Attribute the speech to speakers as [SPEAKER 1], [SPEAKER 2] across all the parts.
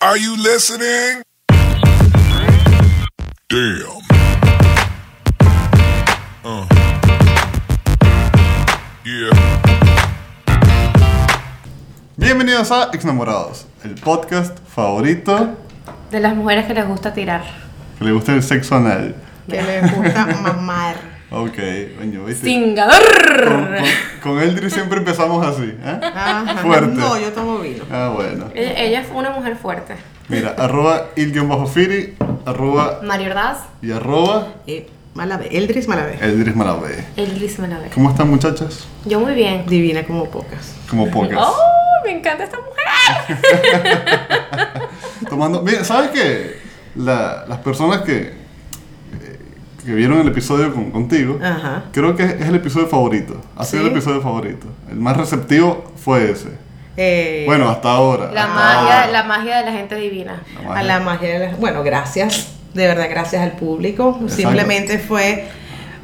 [SPEAKER 1] Are you listening? Damn. Uh. Yeah.
[SPEAKER 2] Bienvenidos a Exnamorados, el podcast favorito
[SPEAKER 3] De las mujeres que les gusta tirar.
[SPEAKER 2] que le gusta el sexo anal.
[SPEAKER 4] que le gusta mamar.
[SPEAKER 2] Ok, coño, ¿viste? Con,
[SPEAKER 3] ¡Cingador!
[SPEAKER 2] con, con Eldri siempre empezamos así, ¿eh?
[SPEAKER 4] Ajá.
[SPEAKER 2] Fuerte.
[SPEAKER 4] No, yo tomo vino.
[SPEAKER 2] Ah, bueno.
[SPEAKER 3] Ella, ella es una mujer fuerte.
[SPEAKER 2] Mira, arroba il-firi, arroba
[SPEAKER 3] Mario Ordaz,
[SPEAKER 2] y arroba
[SPEAKER 4] Eh, Malabé, Eldris Malabé.
[SPEAKER 2] Eldris Malabé.
[SPEAKER 3] Eldris me la ve.
[SPEAKER 2] ¿Cómo están, muchachas?
[SPEAKER 3] Yo muy bien.
[SPEAKER 4] Divina como pocas.
[SPEAKER 2] Como pocas.
[SPEAKER 3] ¡Oh! Me encanta esta mujer.
[SPEAKER 2] Tomando. Mira, ¿sabes qué? La- las personas que, eh, que vieron el episodio con- contigo,
[SPEAKER 4] Ajá.
[SPEAKER 2] creo que es el episodio favorito. Ha sido el
[SPEAKER 4] Ah. ¿Sí?
[SPEAKER 2] episodio favorito. El más receptivo fue ese.
[SPEAKER 4] Eh,
[SPEAKER 2] Bueno, hasta ahora.
[SPEAKER 3] La
[SPEAKER 2] hasta
[SPEAKER 3] magia,
[SPEAKER 2] ahora.
[SPEAKER 3] la magia de la gente divina.
[SPEAKER 2] La magia.
[SPEAKER 4] a la magia de las- Bueno, gracias. De verdad, gracias al público. Simplemente fue.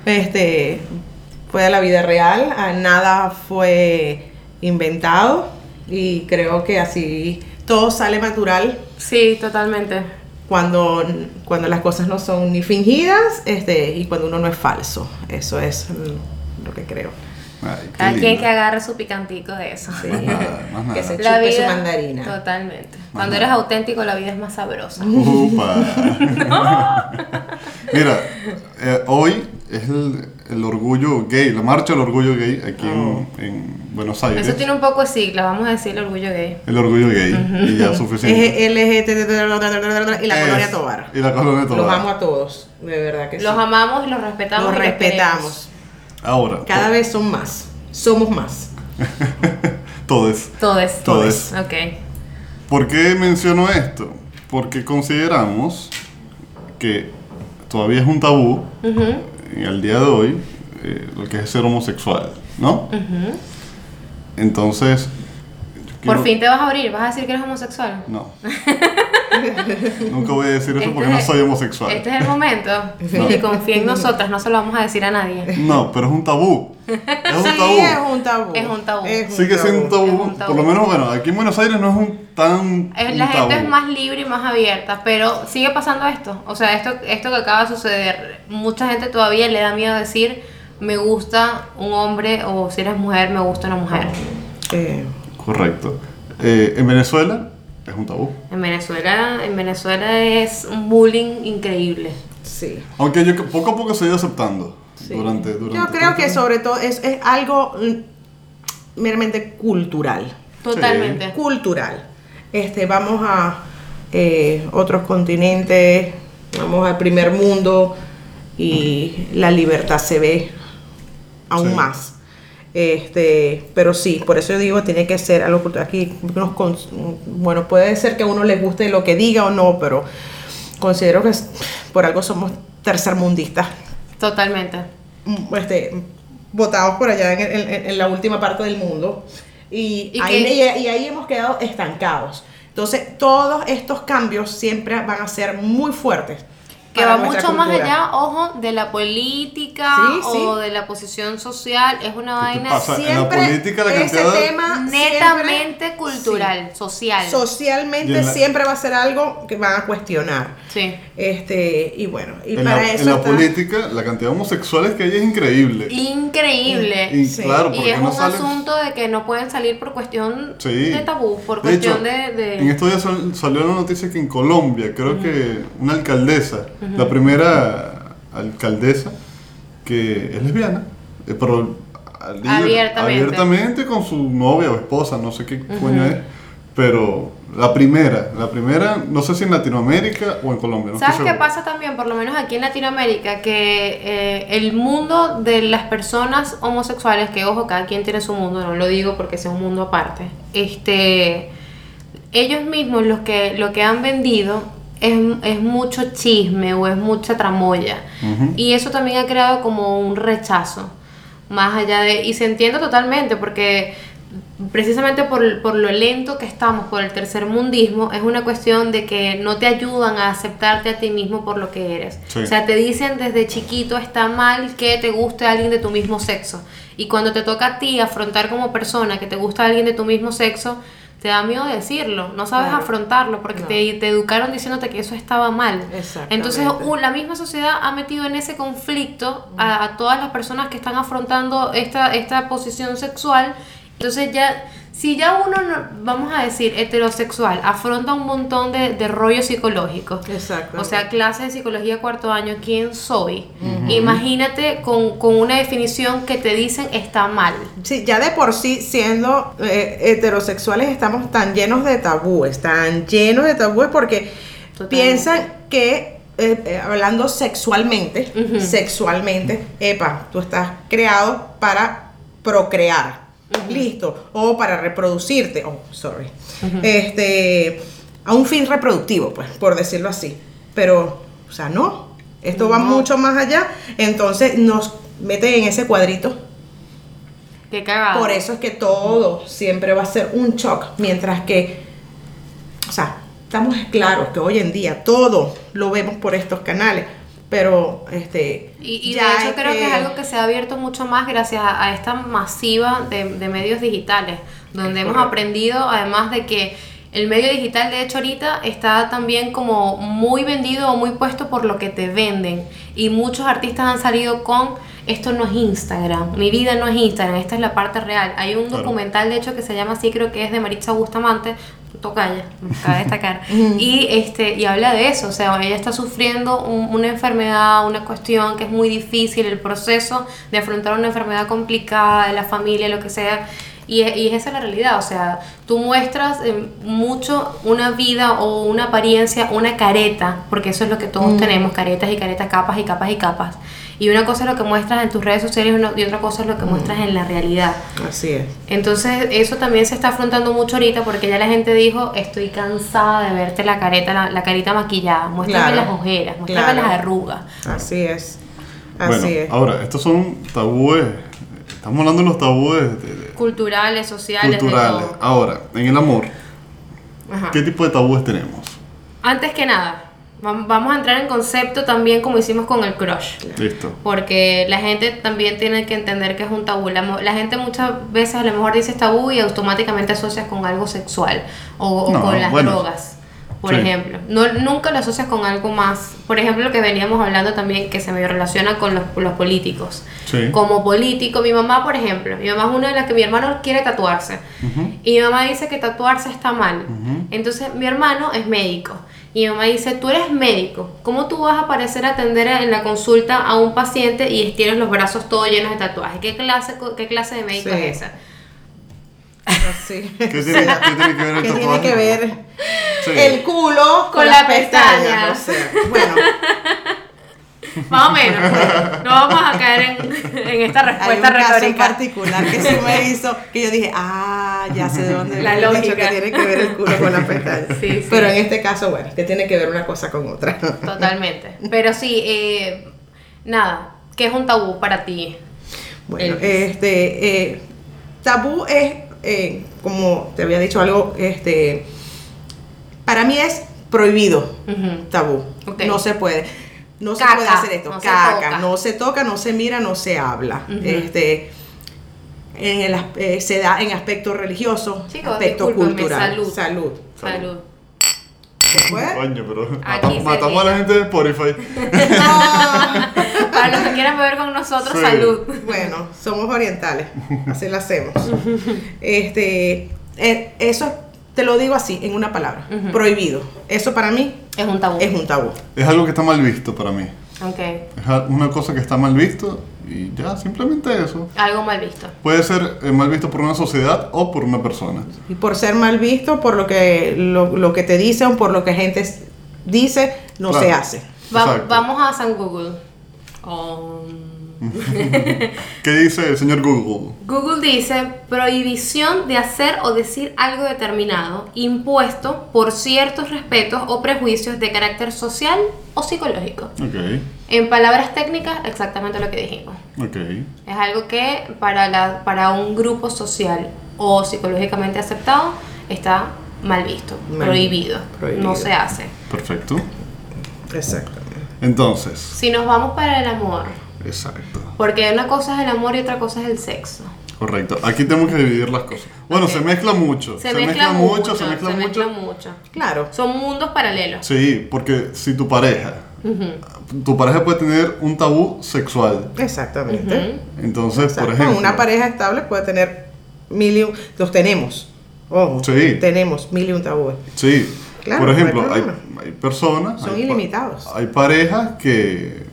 [SPEAKER 4] Este. Fue a la vida real. A nada fue inventado. Y creo que así todo sale natural.
[SPEAKER 3] Sí, totalmente.
[SPEAKER 4] Cuando, cuando las cosas no son ni fingidas este, y cuando uno no es falso. Eso es mm, lo que creo.
[SPEAKER 2] Ay, qué
[SPEAKER 3] Cada quien
[SPEAKER 2] lindo.
[SPEAKER 3] que agarre su picantico de eso.
[SPEAKER 2] Más nada, más nada.
[SPEAKER 4] Que se- Chupe su mandarina.
[SPEAKER 3] Totalmente. Cuando eres auténtico, la vida es más sabrosa.
[SPEAKER 2] Upa. Mira, eh, hoy es el, el orgullo gay, la marcha del orgullo gay aquí
[SPEAKER 4] Oh.
[SPEAKER 2] en, en Buenos Aires.
[SPEAKER 3] Eso tiene un poco de sigla, vamos a decir el orgullo gay.
[SPEAKER 2] El orgullo gay. Y ya suficiente.
[SPEAKER 4] Es LGT y la
[SPEAKER 2] Es-
[SPEAKER 4] colonia Tobar.
[SPEAKER 2] Y la colonia Tobar.
[SPEAKER 4] Los amo a todos, de verdad que sí.
[SPEAKER 3] Los amamos y los respetamos.
[SPEAKER 4] Los
[SPEAKER 3] y
[SPEAKER 4] respetamos.
[SPEAKER 2] Ahora.
[SPEAKER 4] Cada vez son más. Somos más.
[SPEAKER 2] Todes.
[SPEAKER 3] Todos.
[SPEAKER 2] Todes.
[SPEAKER 3] Ok.
[SPEAKER 2] ¿Por qué menciono esto? Porque consideramos que todavía es un tabú en el día de hoy eh, lo que es ser homosexual, ¿no? Entonces. yo
[SPEAKER 3] Por
[SPEAKER 2] quiero-
[SPEAKER 3] fin te vas a abrir, vas a decir que eres homosexual.
[SPEAKER 2] No. Nunca voy a decir eso porque
[SPEAKER 3] Este
[SPEAKER 2] no
[SPEAKER 3] es-
[SPEAKER 2] soy homosexual.
[SPEAKER 3] Este es el momento.
[SPEAKER 2] No.
[SPEAKER 3] Y confía en nosotras, no se lo vamos a decir a nadie.
[SPEAKER 2] No, pero es un tabú. Es un
[SPEAKER 4] Sí,
[SPEAKER 2] tabú.
[SPEAKER 4] es un tabú.
[SPEAKER 3] Es un tabú.
[SPEAKER 4] Es un
[SPEAKER 2] Sigue siendo un tabú.
[SPEAKER 3] Es un tabú.
[SPEAKER 2] Por lo menos, bueno, aquí en Buenos Aires no es un tan.
[SPEAKER 3] Es-
[SPEAKER 2] un
[SPEAKER 3] La gente
[SPEAKER 2] tabú.
[SPEAKER 3] es más libre y más abierta, pero sigue pasando esto. O sea, esto, esto que acaba de suceder, mucha gente todavía le da miedo decir me gusta un hombre o si eres mujer, me gusta una mujer.
[SPEAKER 4] Eh,
[SPEAKER 2] Correcto. Eh, en Venezuela es un tabú.
[SPEAKER 3] En Venezuela, en Venezuela es un bullying increíble.
[SPEAKER 4] sí.
[SPEAKER 2] Aunque yo poco a poco se ha ido aceptando.
[SPEAKER 4] Sí.
[SPEAKER 2] Durante, durante
[SPEAKER 4] Yo creo
[SPEAKER 2] tanto-
[SPEAKER 4] que sobre todo es, es algo mm, meramente cultural.
[SPEAKER 3] Totalmente.
[SPEAKER 4] Cultural. Este, vamos a eh, otros continentes, vamos al primer mundo y la libertad se ve aún
[SPEAKER 2] Sí.
[SPEAKER 4] más. Este, pero sí, por eso yo digo, tiene que ser algo cultural. Aquí, nos con- bueno, puede ser que a uno le guste lo que diga o no, pero considero que es- por algo somos tercermundistas
[SPEAKER 3] Totalmente.
[SPEAKER 4] mm, este, votados por allá en, en- en la última parte del mundo. Y,
[SPEAKER 3] ¿Y
[SPEAKER 4] ahí,
[SPEAKER 3] qué?
[SPEAKER 4] y ahí hemos quedado estancados. Entonces, todos estos cambios siempre van a ser muy fuertes.
[SPEAKER 3] Que
[SPEAKER 4] para
[SPEAKER 3] va
[SPEAKER 4] nuestra
[SPEAKER 3] mucho más
[SPEAKER 4] cultura.
[SPEAKER 3] allá, ojo, de la política
[SPEAKER 4] Sí, sí.
[SPEAKER 3] o de la posición social. Es una
[SPEAKER 2] ¿Qué te
[SPEAKER 3] vaina
[SPEAKER 2] pasa? O sea, en la
[SPEAKER 4] Siempre
[SPEAKER 2] política la
[SPEAKER 4] ese
[SPEAKER 2] cantidad de-
[SPEAKER 4] tema
[SPEAKER 3] netamente
[SPEAKER 4] siempre-
[SPEAKER 3] cultural, social.
[SPEAKER 4] sí,
[SPEAKER 2] Y
[SPEAKER 4] socialmente
[SPEAKER 2] en la-
[SPEAKER 4] siempre va a ser algo que van a cuestionar.
[SPEAKER 3] sí.
[SPEAKER 4] Este, y bueno, y
[SPEAKER 2] en
[SPEAKER 4] para
[SPEAKER 2] la, en
[SPEAKER 4] eso
[SPEAKER 2] la
[SPEAKER 4] está-
[SPEAKER 2] política, la cantidad de homosexuales que hay es increíble.
[SPEAKER 3] Increíble.
[SPEAKER 2] Y
[SPEAKER 4] Sí.
[SPEAKER 2] claro,
[SPEAKER 3] Y
[SPEAKER 2] porque
[SPEAKER 3] es
[SPEAKER 2] no
[SPEAKER 3] un
[SPEAKER 2] salen-
[SPEAKER 3] asunto de que no pueden salir por cuestión
[SPEAKER 2] Sí.
[SPEAKER 3] de tabú, por
[SPEAKER 2] De hecho,
[SPEAKER 3] cuestión de... de-
[SPEAKER 2] En este estos días sal- salió la noticia que en Colombia, creo que una alcaldesa, la primera alcaldesa que es lesbiana, eh, pero al-
[SPEAKER 3] Abiertamente.
[SPEAKER 2] abiertamente con su novia o esposa, no sé qué coño es, pero la primera, la primera, no sé si en Latinoamérica o en Colombia. No
[SPEAKER 3] ¿Sabes
[SPEAKER 2] estoy
[SPEAKER 3] qué
[SPEAKER 2] seguro.
[SPEAKER 3] pasa también, por lo menos aquí en Latinoamérica? Que eh, el mundo de las personas homosexuales, que ojo, cada quien tiene su mundo, no lo digo porque sea un mundo aparte, este, ellos mismos los que, lo que han vendido es, es mucho chisme o es mucha tramoya. Y eso también ha creado como un rechazo, más allá de... Y se entiende totalmente porque precisamente por, por lo lento que estamos, por el tercer mundismo, es una cuestión de que no te ayudan a aceptarte a ti mismo por lo que eres.
[SPEAKER 2] Sí.
[SPEAKER 3] O sea, te dicen desde chiquito está mal que te guste alguien de tu mismo sexo. Y cuando te toca a ti afrontar como persona que te gusta alguien de tu mismo sexo, te da miedo decirlo, no sabes
[SPEAKER 4] Claro.
[SPEAKER 3] afrontarlo porque
[SPEAKER 4] No.
[SPEAKER 3] te, te educaron diciéndote que eso estaba mal.
[SPEAKER 4] Exactamente.
[SPEAKER 3] Entonces u- la misma sociedad ha metido en ese conflicto a, a todas las personas que están afrontando esta, esta posición sexual. Entonces ya, si ya uno, no- vamos a decir, heterosexual, afronta un montón de, de rollos psicológicos.
[SPEAKER 4] Exacto.
[SPEAKER 3] O sea, clase de psicología cuarto año, ¿quién soy? Imagínate con, con una definición que te dicen está mal.
[SPEAKER 4] Sí, ya de por sí, siendo eh, heterosexuales, estamos tan llenos de tabúes, tan llenos de tabúes porque
[SPEAKER 3] Totalmente.
[SPEAKER 4] piensan que, eh, eh, hablando sexualmente,
[SPEAKER 3] Ujú.
[SPEAKER 4] sexualmente, epa, tú estás creado para procrear, listo, o para reproducirte, oh, sorry, este, a un fin reproductivo, pues, por decirlo así, pero, o sea, no, esto va
[SPEAKER 3] No.
[SPEAKER 4] mucho más allá, entonces nos mete en ese cuadrito
[SPEAKER 3] Qué cagada.
[SPEAKER 4] por eso es que todo siempre va a ser un shock, mientras que, o sea, estamos claros que hoy en día todo lo vemos por estos canales, pero este...
[SPEAKER 3] Y, y
[SPEAKER 4] ya
[SPEAKER 3] de hecho
[SPEAKER 4] es
[SPEAKER 3] creo que... es algo que se ha abierto mucho más gracias a, a esta masiva de, de medios digitales, donde hemos
[SPEAKER 4] Correcto.
[SPEAKER 3] aprendido además de que el medio digital de hecho ahorita está también como muy vendido o muy puesto por lo que te venden. Y muchos artistas han salido con, esto no es Instagram, mi vida no es Instagram, esta es la parte real. Hay un
[SPEAKER 2] Claro.
[SPEAKER 3] documental de hecho que se llama así, creo que es de Maritza Bustamante, tocaya, me cabe destacar. y este, y habla de eso, o sea, ella está sufriendo un- una enfermedad, una cuestión que es muy difícil, el proceso de afrontar una enfermedad complicada, de la familia, lo que sea. Y, es- y esa es la realidad, o sea, tú muestras eh, mucho una vida o una apariencia, una careta, porque eso es lo que todos tenemos, caretas y caretas, capas y capas y capas. Y una cosa es lo que muestras en tus redes sociales y una- y otra cosa es lo que muestras en la realidad.
[SPEAKER 4] Así es.
[SPEAKER 3] Entonces eso también se está afrontando mucho ahorita porque ya la gente dijo, estoy cansada de verte la careta, la, la carita maquillada, muéstrame
[SPEAKER 4] Claro.
[SPEAKER 3] las ojeras, muéstrame
[SPEAKER 4] Claro.
[SPEAKER 3] las arrugas.
[SPEAKER 4] Así es. Así
[SPEAKER 2] Bueno,
[SPEAKER 4] es.
[SPEAKER 2] ahora, estos son tabúes. Estamos hablando de los tabúes de- de-
[SPEAKER 3] Culturales, sociales, de
[SPEAKER 2] culturales.
[SPEAKER 3] todo. Ah.
[SPEAKER 2] Ahora, en el amor,
[SPEAKER 3] Ajá.
[SPEAKER 2] ¿qué tipo de tabúes tenemos?
[SPEAKER 3] Antes que nada, vam- vamos a entrar en concepto también como hicimos con el crush.
[SPEAKER 2] Listo.
[SPEAKER 3] Porque la gente también tiene que entender que es un tabú. La, mo- la gente muchas veces a lo mejor dices tabú y automáticamente asocias con algo sexual o, o
[SPEAKER 2] No,
[SPEAKER 3] con las
[SPEAKER 2] bueno.
[SPEAKER 3] drogas, por
[SPEAKER 2] Sí.
[SPEAKER 3] ejemplo. No, nunca lo asocias con algo más. Por ejemplo, lo que veníamos hablando también que se me relaciona con los, los políticos.
[SPEAKER 2] Sí.
[SPEAKER 3] Como político, mi mamá, por ejemplo, mi mamá es una de las que mi hermano quiere tatuarse.
[SPEAKER 2] Ujú.
[SPEAKER 3] Y mi mamá dice que tatuarse está mal.
[SPEAKER 2] Ujú.
[SPEAKER 3] Entonces mi hermano es médico. Y mi mamá dice, tú eres médico. ¿Cómo tú vas a parecer atender en la consulta a un paciente y tienes los brazos todos llenos de tatuajes? ¿Qué clase, co- qué clase de médico
[SPEAKER 4] Sí.
[SPEAKER 3] es esa?
[SPEAKER 4] Así.
[SPEAKER 2] ah, ¿Qué tiene, qué tiene que ver el
[SPEAKER 4] ¿Qué tiene
[SPEAKER 2] tatuaje?
[SPEAKER 4] que ver
[SPEAKER 2] Sí.
[SPEAKER 4] el culo con,
[SPEAKER 3] Con
[SPEAKER 4] las
[SPEAKER 3] la pestaña.
[SPEAKER 4] pestañas? O sea, bueno,
[SPEAKER 3] Más o menos. pues. No vamos a caer en, en esta
[SPEAKER 4] hay un
[SPEAKER 3] respuesta
[SPEAKER 4] caso en
[SPEAKER 3] retórica.
[SPEAKER 4] particular que sí me hizo que yo dije, ah, ya sé de dónde
[SPEAKER 3] La
[SPEAKER 4] viene el dicho
[SPEAKER 3] lógica.
[SPEAKER 4] que tiene que ver el culo con las pestañas.
[SPEAKER 3] Sí, sí.
[SPEAKER 4] Pero en este caso, bueno, que tiene que ver una cosa con otra.
[SPEAKER 3] Totalmente. Pero sí, eh, nada, ¿qué es un tabú para ti?
[SPEAKER 4] Bueno,
[SPEAKER 3] Elvis.
[SPEAKER 4] este eh, tabú es, eh, como te había dicho algo, este para mí es prohibido
[SPEAKER 3] Ujú.
[SPEAKER 4] tabú.
[SPEAKER 3] Ok.
[SPEAKER 4] No se puede. No
[SPEAKER 3] Caca,
[SPEAKER 4] se puede hacer esto.
[SPEAKER 3] no se
[SPEAKER 4] caca.
[SPEAKER 3] toca.
[SPEAKER 4] No se toca, no se mira, no se habla.
[SPEAKER 3] Ujú.
[SPEAKER 4] Este en el as- eh, se da en aspecto religioso,
[SPEAKER 3] Chicos,
[SPEAKER 4] aspecto
[SPEAKER 3] discúlpenme,
[SPEAKER 4] cultural.
[SPEAKER 3] salud.
[SPEAKER 4] Salud.
[SPEAKER 3] Salud.
[SPEAKER 4] ¿Se puede?
[SPEAKER 2] Coño, pero
[SPEAKER 3] Aquí
[SPEAKER 2] matam- matamos a la gente de Spotify.
[SPEAKER 4] No.
[SPEAKER 3] Para los que quieran beber con nosotros,
[SPEAKER 2] Sí.
[SPEAKER 3] salud.
[SPEAKER 4] Bueno, somos orientales, así lo hacemos. Este, eh, eso te lo digo así, en una palabra,
[SPEAKER 3] Ujú.
[SPEAKER 4] prohibido. Eso para mí
[SPEAKER 3] Es un tabú.
[SPEAKER 4] es un tabú.
[SPEAKER 2] Es algo que está mal visto para mí.
[SPEAKER 3] Ok.
[SPEAKER 2] Es a- una cosa que está mal visto y ya, simplemente eso.
[SPEAKER 3] Algo mal visto.
[SPEAKER 2] Puede ser eh, mal visto por una sociedad o por una persona.
[SPEAKER 4] Y por ser mal visto, por lo que, lo, lo que te dicen, por lo que gente s- dice, no
[SPEAKER 2] Claro.
[SPEAKER 4] se hace.
[SPEAKER 3] Va-
[SPEAKER 2] Exacto.
[SPEAKER 3] vamos a San Google. Um,
[SPEAKER 2] ¿Qué dice el señor Google?
[SPEAKER 3] Google dice prohibición de hacer o decir algo determinado impuesto por ciertos respetos o prejuicios de carácter social o psicológico.
[SPEAKER 2] Ok,
[SPEAKER 3] En palabras técnicas, exactamente lo que dijimos.
[SPEAKER 2] ok.
[SPEAKER 3] Es algo que para, la, para un grupo social o psicológicamente aceptado está mal visto,
[SPEAKER 4] Mal-
[SPEAKER 3] prohibido,
[SPEAKER 4] prohibido.
[SPEAKER 3] no se hace.
[SPEAKER 2] Perfecto.
[SPEAKER 4] Exacto.
[SPEAKER 2] Entonces,
[SPEAKER 3] Si nos vamos para el amor,
[SPEAKER 2] exacto.
[SPEAKER 3] porque una cosa es el amor y otra cosa es el sexo.
[SPEAKER 2] Correcto. Aquí tenemos que dividir las cosas. Bueno,
[SPEAKER 3] Ok.
[SPEAKER 2] se mezcla mucho.
[SPEAKER 3] Se, mezcla, mucho,
[SPEAKER 2] se mezcla mucho.
[SPEAKER 3] mucho.
[SPEAKER 4] Claro.
[SPEAKER 3] Son mundos paralelos.
[SPEAKER 2] Sí, porque si tu pareja,
[SPEAKER 3] Ujú,
[SPEAKER 2] tu pareja puede tener un tabú sexual.
[SPEAKER 4] Exactamente.
[SPEAKER 3] ujú.
[SPEAKER 2] Entonces,
[SPEAKER 4] Exacto,
[SPEAKER 2] por ejemplo,
[SPEAKER 4] Una pareja estable puede tener mil y un- Los tenemos. Ojo,
[SPEAKER 2] Sí.
[SPEAKER 4] Tenemos mil y un tabúes.
[SPEAKER 2] sí.
[SPEAKER 4] Claro,
[SPEAKER 2] por
[SPEAKER 4] no hay
[SPEAKER 2] ejemplo, hay,
[SPEAKER 4] problema.
[SPEAKER 2] hay personas,
[SPEAKER 4] Son
[SPEAKER 2] hay pa-
[SPEAKER 4] ilimitados.
[SPEAKER 2] Hay parejas que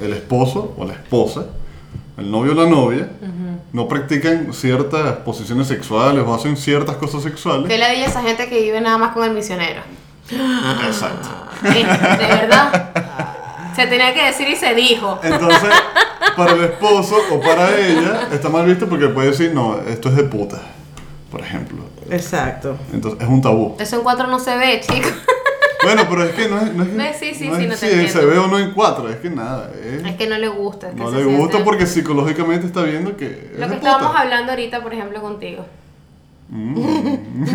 [SPEAKER 2] el esposo o la esposa, el novio o la novia, no practican ciertas posiciones sexuales o hacen ciertas cosas
[SPEAKER 3] Qué
[SPEAKER 2] sexuales.
[SPEAKER 3] ladilla esa gente que vive nada más con el misionero.
[SPEAKER 2] Exacto.
[SPEAKER 3] Eh, De verdad. Se tenía que decir y se dijo.
[SPEAKER 2] Entonces, para el esposo o para ella está mal visto porque puede decir, no, esto es de puta, por ejemplo.
[SPEAKER 4] Exacto.
[SPEAKER 2] Entonces, es un tabú.
[SPEAKER 3] Eso en cuatro no se ve, chicos.
[SPEAKER 2] Bueno, pero es que no es, no es,
[SPEAKER 3] No, sí, sí,
[SPEAKER 2] no
[SPEAKER 3] sí,
[SPEAKER 2] es
[SPEAKER 3] no te
[SPEAKER 2] si
[SPEAKER 3] entiendo.
[SPEAKER 2] se ve o no en cuatro, es que nada, es-
[SPEAKER 3] Es que no le gusta. es que
[SPEAKER 2] no
[SPEAKER 3] se
[SPEAKER 2] le
[SPEAKER 3] siente-
[SPEAKER 2] gusta porque psicológicamente está viendo que es
[SPEAKER 3] Lo
[SPEAKER 2] de
[SPEAKER 3] que estábamos
[SPEAKER 2] puta.
[SPEAKER 3] hablando ahorita, por ejemplo, contigo.
[SPEAKER 2] Mm.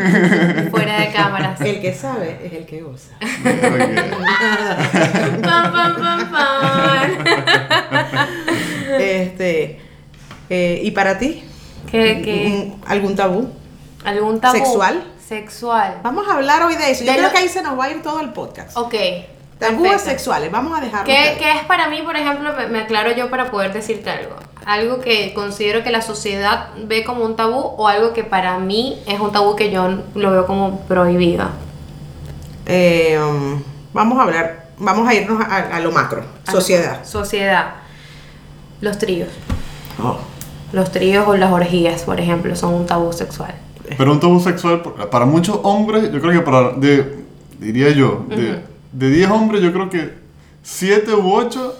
[SPEAKER 3] Fuera de cámaras.
[SPEAKER 4] El que sabe es el que goza.
[SPEAKER 3] Pam, pam, pam, pam.
[SPEAKER 4] este, eh, ¿Y para ti?
[SPEAKER 3] Que, que-
[SPEAKER 4] Un- ¿Algún tabú?
[SPEAKER 3] ¿Algún tabú?
[SPEAKER 4] ¿Sexual?
[SPEAKER 3] Sexual.
[SPEAKER 4] Vamos a hablar hoy de eso. Yo
[SPEAKER 3] De
[SPEAKER 4] creo
[SPEAKER 3] lo-
[SPEAKER 4] que ahí se nos va a ir todo el podcast.
[SPEAKER 3] Ok.
[SPEAKER 4] Tabúes
[SPEAKER 3] perfecto.
[SPEAKER 4] sexuales. Vamos a dejarlo.
[SPEAKER 3] ¿Qué,
[SPEAKER 4] ahí.
[SPEAKER 3] qué es para mí, por ejemplo, me, me aclaro yo para poder decirte algo? Algo que considero que la sociedad ve como un tabú o algo que para mí es un tabú que yo lo veo como prohibido.
[SPEAKER 4] Eh, um, vamos a hablar. Vamos a irnos a, a lo macro. Sociedad.
[SPEAKER 3] Sociedad. Los tríos.
[SPEAKER 4] Oh.
[SPEAKER 3] Los tríos o las orgías, por ejemplo, son un tabú sexual.
[SPEAKER 2] Pero un tabú sexual, por- para muchos hombres, yo creo que para, de, diría yo, de, de 10 hombres, yo creo que 7 u 8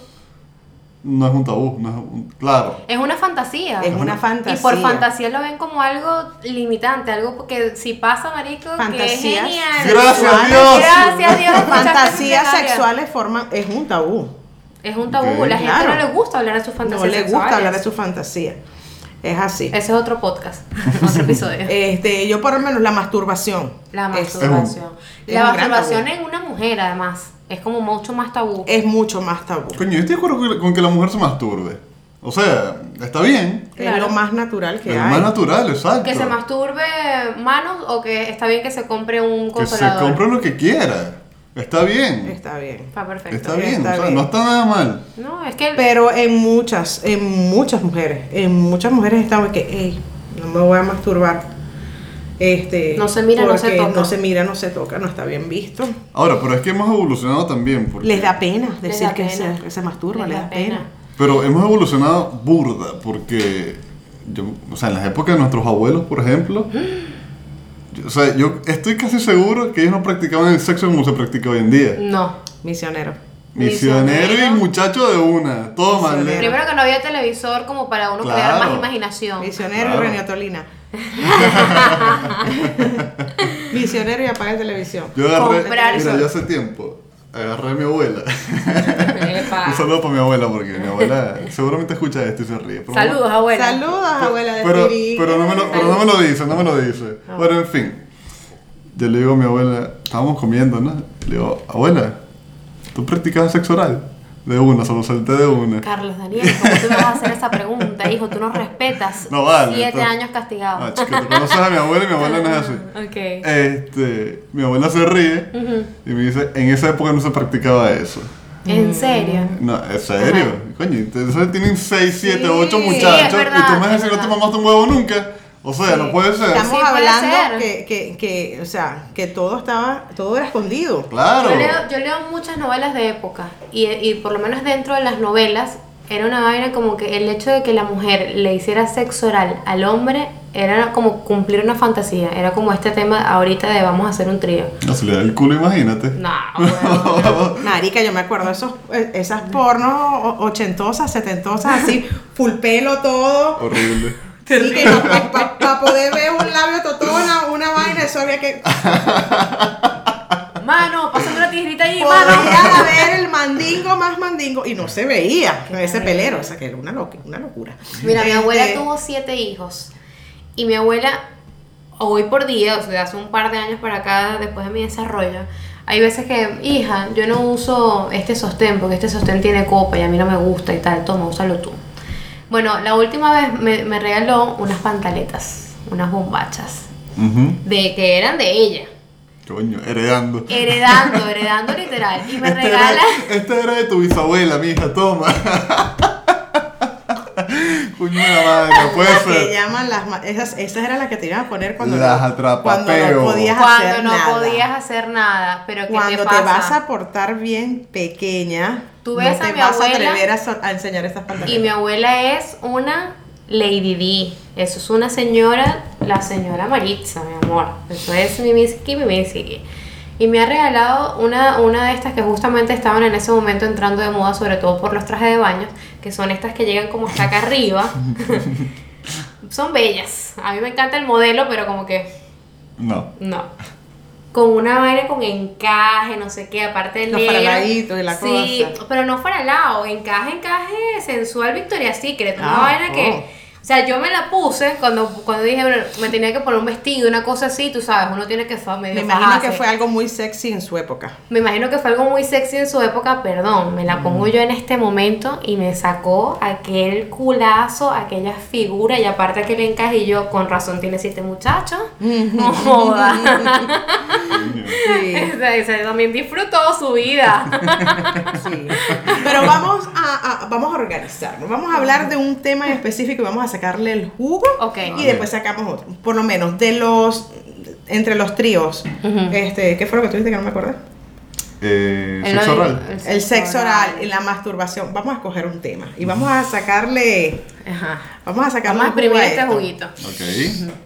[SPEAKER 2] no es un tabú, no es un- claro.
[SPEAKER 3] Es una fantasía.
[SPEAKER 4] Es una fantasía.
[SPEAKER 3] Y por fantasía lo ven como algo limitante, algo que si pasa, marico, que es
[SPEAKER 4] Fantasías.
[SPEAKER 3] genial.
[SPEAKER 2] Gracias a
[SPEAKER 3] Sexual.
[SPEAKER 2] Dios.
[SPEAKER 3] Gracias Dios. muchas
[SPEAKER 4] Fantasías
[SPEAKER 3] gracias.
[SPEAKER 4] sexuales forman. Es un tabú.
[SPEAKER 3] Es un tabú.
[SPEAKER 2] Ok.
[SPEAKER 3] La gente
[SPEAKER 4] Claro.
[SPEAKER 3] no le gusta hablar de sus fantasías
[SPEAKER 4] No le gusta
[SPEAKER 3] sexuales.
[SPEAKER 4] hablar de su fantasía. Es así.
[SPEAKER 3] Ese es otro podcast, otro episodio.
[SPEAKER 4] Este, yo por lo menos la masturbación.
[SPEAKER 3] La
[SPEAKER 4] es-
[SPEAKER 3] masturbación.
[SPEAKER 4] es
[SPEAKER 3] la
[SPEAKER 4] un gran
[SPEAKER 3] masturbación
[SPEAKER 4] tabú.
[SPEAKER 3] en una mujer, además, es como mucho más tabú.
[SPEAKER 4] Es, mucho más tabú.
[SPEAKER 2] Coño, yo estoy de acuerdo con- con que la mujer se masturbe. O sea, está bien.
[SPEAKER 4] Es
[SPEAKER 3] Claro.
[SPEAKER 4] lo más natural que
[SPEAKER 2] Es lo
[SPEAKER 4] hay.
[SPEAKER 2] más natural, exacto.
[SPEAKER 3] que se masturbe manos o que está bien que se compre un
[SPEAKER 2] Que se
[SPEAKER 3] consolador.
[SPEAKER 2] compre lo que quiera. Está bien. Está,
[SPEAKER 4] Está bien.
[SPEAKER 3] Está perfecto.
[SPEAKER 2] bien.
[SPEAKER 4] Está
[SPEAKER 2] o sea,
[SPEAKER 4] bien.
[SPEAKER 2] no está nada mal.
[SPEAKER 3] No, es que
[SPEAKER 4] Pero en muchas, en muchas mujeres, en muchas mujeres estamos que, "Ey, no me voy a masturbar. Este,
[SPEAKER 3] No se mira, no se
[SPEAKER 4] porque
[SPEAKER 3] toca.
[SPEAKER 4] No se mira, no se toca, no está bien visto.
[SPEAKER 2] Ahora, pero es que hemos evolucionado también. Porque,
[SPEAKER 4] Les da pena
[SPEAKER 3] Les
[SPEAKER 4] decir
[SPEAKER 3] da
[SPEAKER 4] que,
[SPEAKER 3] pena.
[SPEAKER 4] Se, que se masturba, les, da pena.
[SPEAKER 2] Pero hemos evolucionado burda. Porque, yo, o sea, en las épocas de nuestros abuelos, por ejemplo. yo- o sea, yo estoy casi seguro que ellos no practicaban el sexo como se practica hoy en día.
[SPEAKER 3] No.
[SPEAKER 4] Misionero.
[SPEAKER 2] Misionero y
[SPEAKER 3] Misionero.
[SPEAKER 2] muchacho de una. ¿eh? Toma,
[SPEAKER 4] Misionero.
[SPEAKER 2] le-
[SPEAKER 3] Primero que no había televisor como para uno
[SPEAKER 2] Claro.
[SPEAKER 3] crear más imaginación.
[SPEAKER 4] Misionero
[SPEAKER 2] Claro.
[SPEAKER 4] y Renatolina. Misionero y apaga la televisión.
[SPEAKER 2] Yo agarré.
[SPEAKER 3] Comprar
[SPEAKER 2] Mira,
[SPEAKER 3] sol.
[SPEAKER 2] yo hace tiempo agarré a mi abuela.
[SPEAKER 3] Epa.
[SPEAKER 2] Un saludo para mi abuela, porque mi abuela seguramente escucha esto y se ríe. pero-
[SPEAKER 3] Saludos, abuela.
[SPEAKER 4] Saludos, abuela de
[SPEAKER 2] Pero,
[SPEAKER 4] Siri.
[SPEAKER 2] pero, no me lo, pero no me lo dice, no me lo dice.
[SPEAKER 3] Ah.
[SPEAKER 2] Bueno, en fin. Yo le digo a mi abuela, estábamos comiendo, ¿no? Le digo, abuela, ¿tú practicabas sexo oral? De una, se lo salté de una.
[SPEAKER 3] Carlos Daniel, ¿cómo tú me vas a hacer esa pregunta, hijo? Tú no respetas.
[SPEAKER 2] No vale.
[SPEAKER 3] Siete
[SPEAKER 2] entonces-
[SPEAKER 3] años castigado.
[SPEAKER 2] Ah, chica, tú conoces a mi abuela y mi abuela no es así.
[SPEAKER 3] Ok.
[SPEAKER 2] Este, mi abuela se ríe y me dice, en esa época no se practicaba eso.
[SPEAKER 3] ¿En serio?
[SPEAKER 2] No, en serio. Coño, entonces tienen 6, 7, 8
[SPEAKER 4] Sí, es
[SPEAKER 2] muchachos
[SPEAKER 3] verdad,
[SPEAKER 2] y tú me vas a
[SPEAKER 3] es
[SPEAKER 2] decir, no te
[SPEAKER 3] verdad.
[SPEAKER 2] mamaste un huevo nunca. O sea, no puede ser.
[SPEAKER 4] Estamos
[SPEAKER 3] Sí, puede
[SPEAKER 4] hablando que,
[SPEAKER 3] ser.
[SPEAKER 4] que, que, o sea, que todo estaba, todo era escondido.
[SPEAKER 2] Claro.
[SPEAKER 3] Yo leo, yo leo muchas novelas de época y, y por lo menos dentro de las novelas era una vaina como que el hecho de que la mujer le hiciera sexo oral al hombre era como cumplir una fantasía, era como este tema ahorita de vamos a hacer un trío.
[SPEAKER 2] No se le da el culo, imagínate.
[SPEAKER 3] No, huevón.
[SPEAKER 4] Marica, yo me acuerdo esos, eh, esas pornos o- ochentosas, setentosas, así, full pelo todo.
[SPEAKER 2] Horrible.
[SPEAKER 4] Sí, que para poder ver un labio totona, una vaina, eso había que
[SPEAKER 3] mano, pásame una tijerita ahí, mano.
[SPEAKER 4] podía ver el mandingo más mandingo y no se veía con ese pelero, o sea que era una, loca, una locura.
[SPEAKER 3] Mira, mi
[SPEAKER 4] Este,
[SPEAKER 3] abuela tuvo siete hijos y mi abuela, hoy por día, o sea, hace un par de años para acá, después de mi desarrollo, hay veces que, hija, yo no uso este sostén porque este sostén tiene copa y a mí no me gusta y tal, toma, úsalo tú. Bueno, la última vez me, me regaló unas pantaletas, unas bombachas,
[SPEAKER 2] Ujú.
[SPEAKER 3] de que eran de ella.
[SPEAKER 2] Coño, heredando.
[SPEAKER 3] Heredando, heredando literal. Y me
[SPEAKER 2] Este era,
[SPEAKER 3] regala.
[SPEAKER 2] este era de tu bisabuela, mija, toma. Coño de la madre, no puede
[SPEAKER 4] Las que
[SPEAKER 2] ser.
[SPEAKER 4] llaman las ma- esas, esas eran las que te iban a poner cuando
[SPEAKER 2] Las
[SPEAKER 4] no, cuando
[SPEAKER 2] atrapapeo.
[SPEAKER 4] no podías
[SPEAKER 3] Cuando
[SPEAKER 4] hacer
[SPEAKER 3] no
[SPEAKER 4] nada.
[SPEAKER 3] podías hacer nada. Pero ¿qué
[SPEAKER 4] cuando
[SPEAKER 3] te
[SPEAKER 4] te,
[SPEAKER 3] pasa?
[SPEAKER 4] vas a portar bien pequeña,
[SPEAKER 3] Tú ves
[SPEAKER 4] no
[SPEAKER 3] a
[SPEAKER 4] te
[SPEAKER 3] mi
[SPEAKER 4] vas
[SPEAKER 3] abuela
[SPEAKER 4] a atrever a, so- a enseñar estas
[SPEAKER 3] Y
[SPEAKER 4] pantaletas.
[SPEAKER 3] mi abuela es una Lady D. Eso es una señora, la señora Maritza, mi amor. Eso es mi Misiki, mi Misiki. Y me ha regalado una, una de estas que justamente estaban en ese momento entrando de moda, sobre todo por los trajes de baño, que son estas que llegan como hasta acá arriba. son bellas. A mí me encanta el modelo, pero como que
[SPEAKER 2] No.
[SPEAKER 3] no. Con una vaina con encaje, no sé qué, aparte del
[SPEAKER 4] Los
[SPEAKER 3] negro.
[SPEAKER 4] faraladitos y la
[SPEAKER 3] Sí,
[SPEAKER 4] cosa.
[SPEAKER 3] pero no faralado, encaje, encaje sensual Victoria Secret. Una
[SPEAKER 4] Ah,
[SPEAKER 3] vaina que.
[SPEAKER 4] oh.
[SPEAKER 3] O sea, yo me la puse cuando, cuando dije, bueno, me tenía que poner un vestido, una cosa así, tú sabes, uno tiene que fa- medio
[SPEAKER 4] Me imagino
[SPEAKER 3] fajarse.
[SPEAKER 4] que fue algo muy sexy en su época.
[SPEAKER 3] Me imagino que fue algo muy sexy en su época, perdón, me la
[SPEAKER 4] Mm.
[SPEAKER 3] pongo yo en este momento y me sacó aquel culazo, aquella figura y aparte aquel encaje y yo, con razón tiene siete muchachos. No joda.
[SPEAKER 2] Coño.
[SPEAKER 4] Sí.
[SPEAKER 3] Esa- esa también disfrutó su vida.
[SPEAKER 4] Sí. Pero vamos a, a- vamos a organizarnos. Vamos a hablar de un tema en específico y vamos a sacarle el jugo.
[SPEAKER 3] Ok.
[SPEAKER 4] Y después sacamos otro. Por lo menos, de los. Entre los tríos.
[SPEAKER 3] Ujú.
[SPEAKER 4] este, ¿Qué fue lo que tuviste que no me acordé?
[SPEAKER 2] Eh,
[SPEAKER 3] El
[SPEAKER 2] sexo
[SPEAKER 3] oral-
[SPEAKER 2] oral.
[SPEAKER 4] El sexo oral y la masturbación. Vamos a escoger un tema. Y vamos a sacarle.
[SPEAKER 3] Ajá.
[SPEAKER 4] Vamos a sacarle.
[SPEAKER 3] Vamos a
[SPEAKER 4] el jugo
[SPEAKER 3] exprimir este
[SPEAKER 4] esto.
[SPEAKER 3] juguito.
[SPEAKER 2] Ok.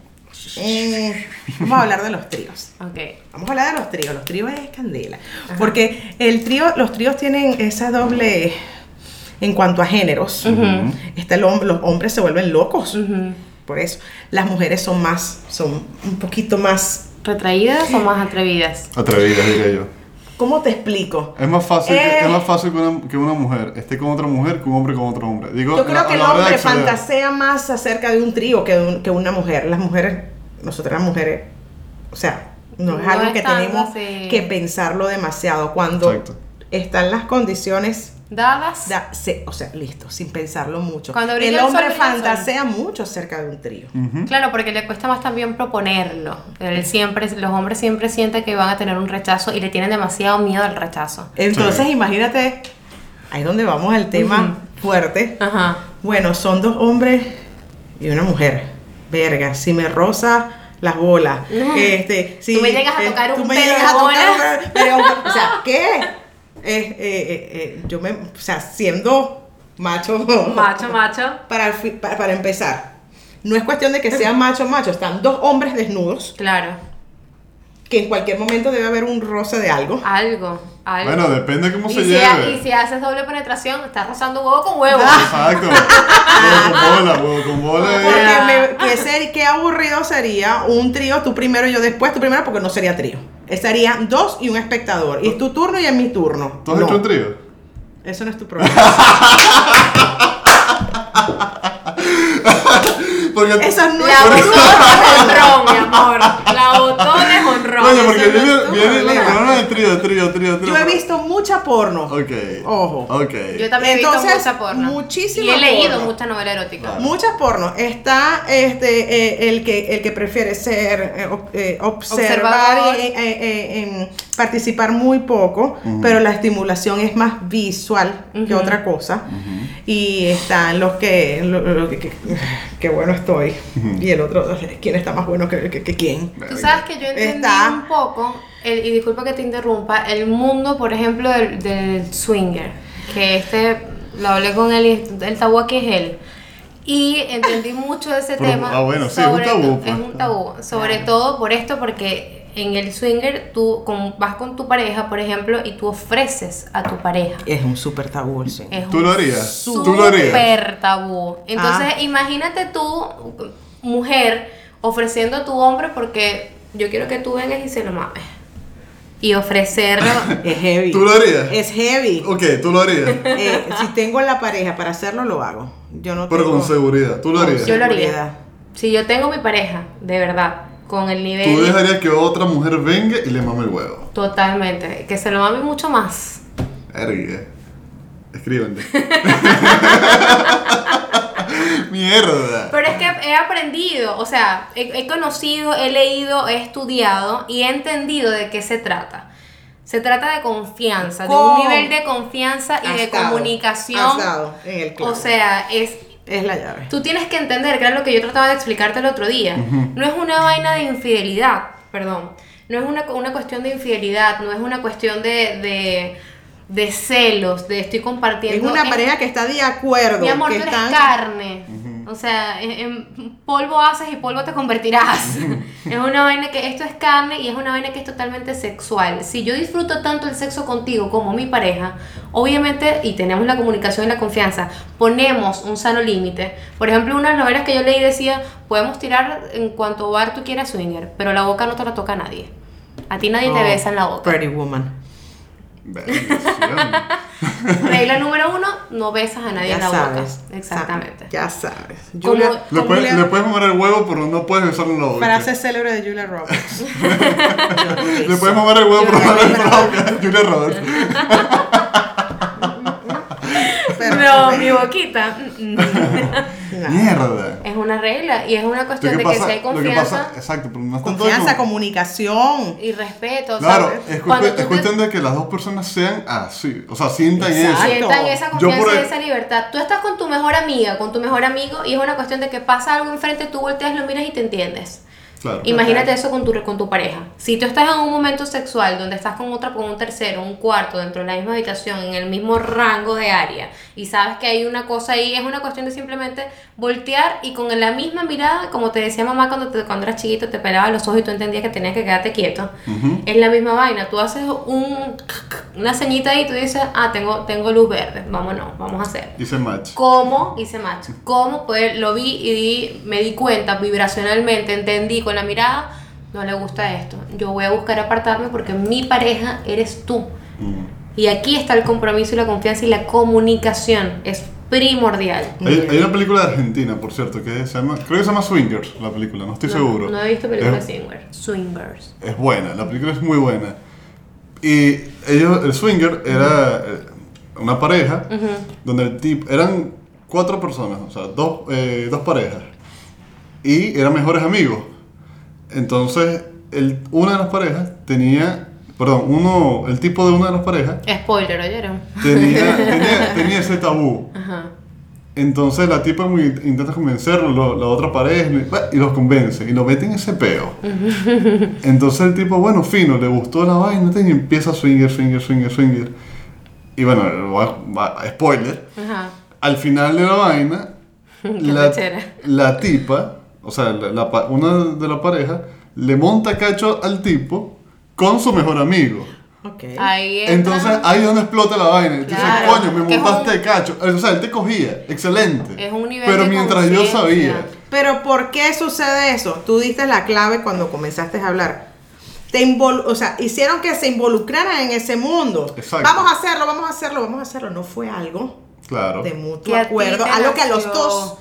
[SPEAKER 4] Eh, vamos a hablar de los tríos.
[SPEAKER 3] Ok.
[SPEAKER 4] Vamos a hablar de los tríos. Los tríos es candela. Porque el trío, los tríos tienen esa doble. En cuanto a géneros, está el hom- los hombres se vuelven locos. Por eso. Las mujeres son más, son un poquito más.
[SPEAKER 3] ¿Retraídas o más atrevidas?
[SPEAKER 2] Atrevidas, diría yo.
[SPEAKER 4] ¿Cómo te explico?
[SPEAKER 2] Es más fácil,
[SPEAKER 4] Eh.
[SPEAKER 2] que, es más fácil que, una, que una mujer esté con otra mujer que un hombre con otro hombre. Digo,
[SPEAKER 4] Yo creo
[SPEAKER 2] la-
[SPEAKER 4] que
[SPEAKER 2] a
[SPEAKER 4] el
[SPEAKER 2] la hora de
[SPEAKER 4] hombre
[SPEAKER 2] acceder.
[SPEAKER 4] fantasea más acerca de un trío que, un- que una mujer. Las mujeres, nosotras las mujeres, o sea, no es
[SPEAKER 3] No
[SPEAKER 4] algo que
[SPEAKER 3] es tanto,
[SPEAKER 4] tenemos
[SPEAKER 3] sí.
[SPEAKER 4] que pensarlo demasiado. Cuando
[SPEAKER 2] Exacto.
[SPEAKER 4] están las condiciones,
[SPEAKER 3] Dadas.
[SPEAKER 4] da- se- o sea, listo, sin pensarlo mucho.
[SPEAKER 3] Cuando brilla
[SPEAKER 4] el
[SPEAKER 3] el sol,
[SPEAKER 4] hombre
[SPEAKER 3] brilla el sol.
[SPEAKER 4] fantasea mucho acerca de un trío.
[SPEAKER 2] Ujú.
[SPEAKER 3] Claro, porque le cuesta más también proponerlo. Él siempre, los hombres siempre sienten que van a tener un rechazo y le tienen demasiado miedo al rechazo.
[SPEAKER 4] Entonces,
[SPEAKER 2] Sí.
[SPEAKER 4] imagínate, ahí es donde vamos al tema fuerte.
[SPEAKER 3] Ajá.
[SPEAKER 4] Bueno, son dos hombres y una mujer. Verga, si me rosa las bolas.
[SPEAKER 3] No.
[SPEAKER 4] Este, si,
[SPEAKER 3] Tú me llegas a tocar un
[SPEAKER 4] tú me
[SPEAKER 3] pelo
[SPEAKER 4] llegas
[SPEAKER 3] de
[SPEAKER 4] a tocar
[SPEAKER 3] bola.
[SPEAKER 4] un pelo- pero, o sea, ¿qué? Eh, eh, eh, eh, yo me, o sea, siendo macho,
[SPEAKER 3] Macho, macho.
[SPEAKER 4] Para, el fi- para, para empezar, no es cuestión de que sea macho, macho. Están dos hombres desnudos,
[SPEAKER 3] Claro.
[SPEAKER 4] que en cualquier momento debe haber un roce de algo.
[SPEAKER 3] Algo. algo.
[SPEAKER 2] Bueno, depende de cómo
[SPEAKER 3] y,
[SPEAKER 2] se
[SPEAKER 3] si
[SPEAKER 2] lleve.
[SPEAKER 3] ha- y si haces doble penetración, estás rozando huevo con huevo.
[SPEAKER 2] Exacto. huevo con bola, huevo con bola.
[SPEAKER 4] Porque
[SPEAKER 2] eh.
[SPEAKER 4] me- qué, ser- qué aburrido sería un trío, tú primero y yo después, tú primero, porque no sería trío. Serían dos y un espectador. Y es tu turno y es mi turno.
[SPEAKER 2] ¿Tú has
[SPEAKER 4] No,
[SPEAKER 2] hecho un trío?
[SPEAKER 4] Eso no es tu problema.
[SPEAKER 2] Porque
[SPEAKER 4] Eso es
[SPEAKER 3] La
[SPEAKER 4] nuestro
[SPEAKER 3] botón es honrón, mi amor. La botón es honrón.
[SPEAKER 2] Coño, porque
[SPEAKER 3] Eso no
[SPEAKER 2] viene,
[SPEAKER 3] es tu
[SPEAKER 2] viene la
[SPEAKER 3] problema.
[SPEAKER 2] corona de trío, trío, trío, trío.
[SPEAKER 4] Yo he visto mucha porno.
[SPEAKER 2] Ok.
[SPEAKER 4] Ojo.
[SPEAKER 2] Ok.
[SPEAKER 3] Yo también he
[SPEAKER 4] Entonces,
[SPEAKER 3] visto mucha porno.
[SPEAKER 4] muchísima
[SPEAKER 3] Y he leído
[SPEAKER 4] porno.
[SPEAKER 3] mucha novela erótica.
[SPEAKER 2] Claro.
[SPEAKER 4] Muchas porno. Está este eh, el que el que prefiere ser eh, ob- eh, observar
[SPEAKER 3] Observador.
[SPEAKER 4] y eh, eh, eh, em, participar muy poco, pero la estimulación es más visual que otra cosa. Y están los que, lo- lo que- que- que bueno estoy. Y el otro, ¿quién está más bueno que, que- que quién?
[SPEAKER 3] Tú sabes que yo entendí
[SPEAKER 4] Está-
[SPEAKER 3] un poco, el- y disculpa que te interrumpa, el mundo, por ejemplo, del, del swinger, que este, lo hablé con él, y el tabú aquí es él. Y entendí mucho de ese
[SPEAKER 2] Pero-
[SPEAKER 3] tema.
[SPEAKER 2] ah, bueno, sí, es un
[SPEAKER 3] sobre
[SPEAKER 2] tabú,
[SPEAKER 3] to-
[SPEAKER 2] pues.
[SPEAKER 3] Es un tabú. Sobre todo por esto, porque en el swinger tú con- vas con tu pareja, por ejemplo, y tú ofreces a tu pareja.
[SPEAKER 4] Es un super tabú, sí.
[SPEAKER 3] Es
[SPEAKER 2] ¿Tú
[SPEAKER 3] un
[SPEAKER 2] lo harías? ¿Tú lo harías?
[SPEAKER 3] súper tabú. Entonces,
[SPEAKER 4] Ah.
[SPEAKER 3] imagínate tú, mujer, ofreciendo a tu hombre porque yo quiero que tú vengas y se lo mames. Y ofrecerlo.
[SPEAKER 4] Es heavy.
[SPEAKER 2] ¿Tú lo harías?
[SPEAKER 4] Es heavy.
[SPEAKER 2] Ok, tú lo harías.
[SPEAKER 4] Eh, si tengo la pareja para hacerlo, lo hago. Yo no
[SPEAKER 2] Pero con
[SPEAKER 4] tengo-
[SPEAKER 2] seguridad, tú lo
[SPEAKER 4] Con
[SPEAKER 2] harías.
[SPEAKER 3] yo lo
[SPEAKER 4] Seguridad.
[SPEAKER 3] haría. Si yo tengo mi pareja, de verdad, con el nivel.
[SPEAKER 2] Tú dejarías que otra mujer venga y le mame el huevo.
[SPEAKER 3] Totalmente. Que se lo mame mucho más.
[SPEAKER 2] Ergue. Escríbanle. Mierda.
[SPEAKER 3] Pero es que he aprendido, o sea, he, he conocido, he leído, he estudiado y he entendido de qué se trata. Se trata de confianza, de
[SPEAKER 4] Con-
[SPEAKER 3] un nivel de confianza y
[SPEAKER 4] Has
[SPEAKER 3] de
[SPEAKER 4] dado,
[SPEAKER 3] eh, comunicación.
[SPEAKER 4] has dado en el clavo.
[SPEAKER 3] O sea, es
[SPEAKER 4] es la llave.
[SPEAKER 3] tú tienes que entender, que era lo que yo trataba de explicarte el otro día. No es una vaina de infidelidad, perdón. No es una, una cuestión de infidelidad, no es una cuestión de, de, de celos, de estoy
[SPEAKER 4] Es
[SPEAKER 3] compartiendo.
[SPEAKER 4] una pareja que está de acuerdo.
[SPEAKER 3] Mi amor,
[SPEAKER 4] que
[SPEAKER 3] tú eres
[SPEAKER 4] están-
[SPEAKER 3] carne. O sea, en, en polvo haces y polvo te convertirás. es una vaina que esto es carne y es una vaina que es totalmente sexual. Si yo disfruto tanto el sexo contigo como mi pareja, obviamente, y tenemos la comunicación y la confianza, ponemos un sano límite. Por ejemplo, unas novelas que yo leí decía, podemos tirar en cuanto bar tú quieras swinger, pero la boca no te la toca a nadie. A ti nadie te
[SPEAKER 4] Oh,
[SPEAKER 3] besa en la boca.
[SPEAKER 4] Pretty Woman.
[SPEAKER 2] Bendición.
[SPEAKER 3] Regla número uno, no besas a nadie
[SPEAKER 4] Ya
[SPEAKER 3] en la
[SPEAKER 4] sabes.
[SPEAKER 3] boca. Exactamente.
[SPEAKER 4] Ya sabes.
[SPEAKER 3] Como-
[SPEAKER 4] Julia-
[SPEAKER 2] Le puedes,
[SPEAKER 4] Julia-
[SPEAKER 2] le puedes mover el huevo, pero no puedes besarlo en la boca.
[SPEAKER 4] Frase célebre de Julia Roberts.
[SPEAKER 2] Le puedes mover el huevo, pero no le provoca. Julia Roberts.
[SPEAKER 4] Pero-
[SPEAKER 3] No, mi boquita. mm, mm.
[SPEAKER 4] No.
[SPEAKER 2] Mierda.
[SPEAKER 3] Es una regla y es una
[SPEAKER 2] Lo
[SPEAKER 3] cuestión
[SPEAKER 2] que
[SPEAKER 3] de que si hay
[SPEAKER 2] pasa, lo que pasa,
[SPEAKER 3] confianza
[SPEAKER 2] exacto, pero no es tanto de
[SPEAKER 4] Confianza,
[SPEAKER 2] como-
[SPEAKER 4] comunicación.
[SPEAKER 3] y respeto. o sea,
[SPEAKER 2] Claro, es,
[SPEAKER 3] cuando
[SPEAKER 2] cuestión-
[SPEAKER 3] tú
[SPEAKER 2] es
[SPEAKER 3] te
[SPEAKER 2] cuestión de que las dos personas sean así, o sea, sientan
[SPEAKER 4] Exacto.
[SPEAKER 2] eso.
[SPEAKER 3] sientan esa
[SPEAKER 2] Yo por
[SPEAKER 3] confianza y
[SPEAKER 2] ahí-
[SPEAKER 3] esa libertad. Tú estás con tu mejor amiga, con tu mejor amigo y es una cuestión de que pasa algo enfrente, tú volteas, lo miras y te entiendes.
[SPEAKER 2] Claro.
[SPEAKER 3] Imagínate eso con tu, con tu pareja. Si tú estás en un momento sexual donde estás con otra, con un tercero, un cuarto, dentro de la misma habitación, en el mismo rango de área, y sabes que hay una cosa ahí, es una cuestión de simplemente voltear y con la misma mirada, como te decía mamá cuando, te, cuando eras chiquito, te pelaba los ojos y tú entendías que tenías que quedarte quieto. Es la misma vaina. Tú haces un, una ceñita ahí y tú dices, ah, tengo, tengo luz verde, vámonos, vamos a hacer
[SPEAKER 2] Hice match.
[SPEAKER 3] cómo hice match, cómo poder, lo vi y di- me di cuenta vibracionalmente, entendí con la mirada, no le gusta esto. Yo voy a buscar apartarme porque mi pareja eres tú.
[SPEAKER 2] Mm.
[SPEAKER 3] Y aquí está el compromiso y la confianza y la comunicación. Es primordial.
[SPEAKER 2] Hay, hay una película de Argentina, por cierto, que se llama, creo que se llama Swingers, la película, no estoy
[SPEAKER 3] no,
[SPEAKER 2] seguro.
[SPEAKER 3] No he visto películas
[SPEAKER 2] Es-
[SPEAKER 3] swingers. Swingers.
[SPEAKER 2] es buena, la película es muy buena. Y ellos, el swinger era eh, una pareja donde el tip eran cuatro personas, o sea, dos, eh, dos parejas. Y eran mejores amigos. Entonces, el, una de las parejas tenía, perdón, uno, el tipo de una de las parejas
[SPEAKER 3] Spoiler, ¿oyeron?
[SPEAKER 2] tenía, tenía, tenía ese tabú.
[SPEAKER 3] Ajá.
[SPEAKER 2] Entonces la tipa muy- intenta convencerlo, lo- la otra pareja, y- bah, y los convence, y lo meten en ese peo. Entonces el tipo, bueno, fino, le gustó la vaina, y empieza a swinger, swinger, swinger, swinger. Y bueno, va- va- spoiler,
[SPEAKER 3] Ajá.
[SPEAKER 2] al final de la vaina, la,
[SPEAKER 3] rechera.
[SPEAKER 2] la tipa, o sea, la- la pa- una de la pareja, le monta cacho al tipo con su mejor amigo.
[SPEAKER 4] Ok.
[SPEAKER 3] Ahí entra-
[SPEAKER 2] Entonces ahí es donde explota la vaina. Entonces,
[SPEAKER 3] Claro,
[SPEAKER 2] coño, me
[SPEAKER 3] que es
[SPEAKER 2] montaste
[SPEAKER 3] un-
[SPEAKER 2] de cacho. O sea, él te cogía. Excelente.
[SPEAKER 3] Es un nivel
[SPEAKER 2] ah, Pero
[SPEAKER 3] de
[SPEAKER 2] mientras yo
[SPEAKER 3] conciencia.
[SPEAKER 2] sabía.
[SPEAKER 4] Pero ¿por qué sucede eso? Tú diste la clave cuando comenzaste a hablar. Te invol- o sea, hicieron que se involucraran en ese mundo.
[SPEAKER 2] Exacto.
[SPEAKER 4] Vamos a hacerlo, vamos a hacerlo, vamos a hacerlo. No fue algo
[SPEAKER 2] Claro.
[SPEAKER 4] de
[SPEAKER 3] Que
[SPEAKER 4] mutuo
[SPEAKER 3] a ti
[SPEAKER 4] acuerdo,
[SPEAKER 3] te
[SPEAKER 4] algo que a los
[SPEAKER 3] nació.
[SPEAKER 4] dos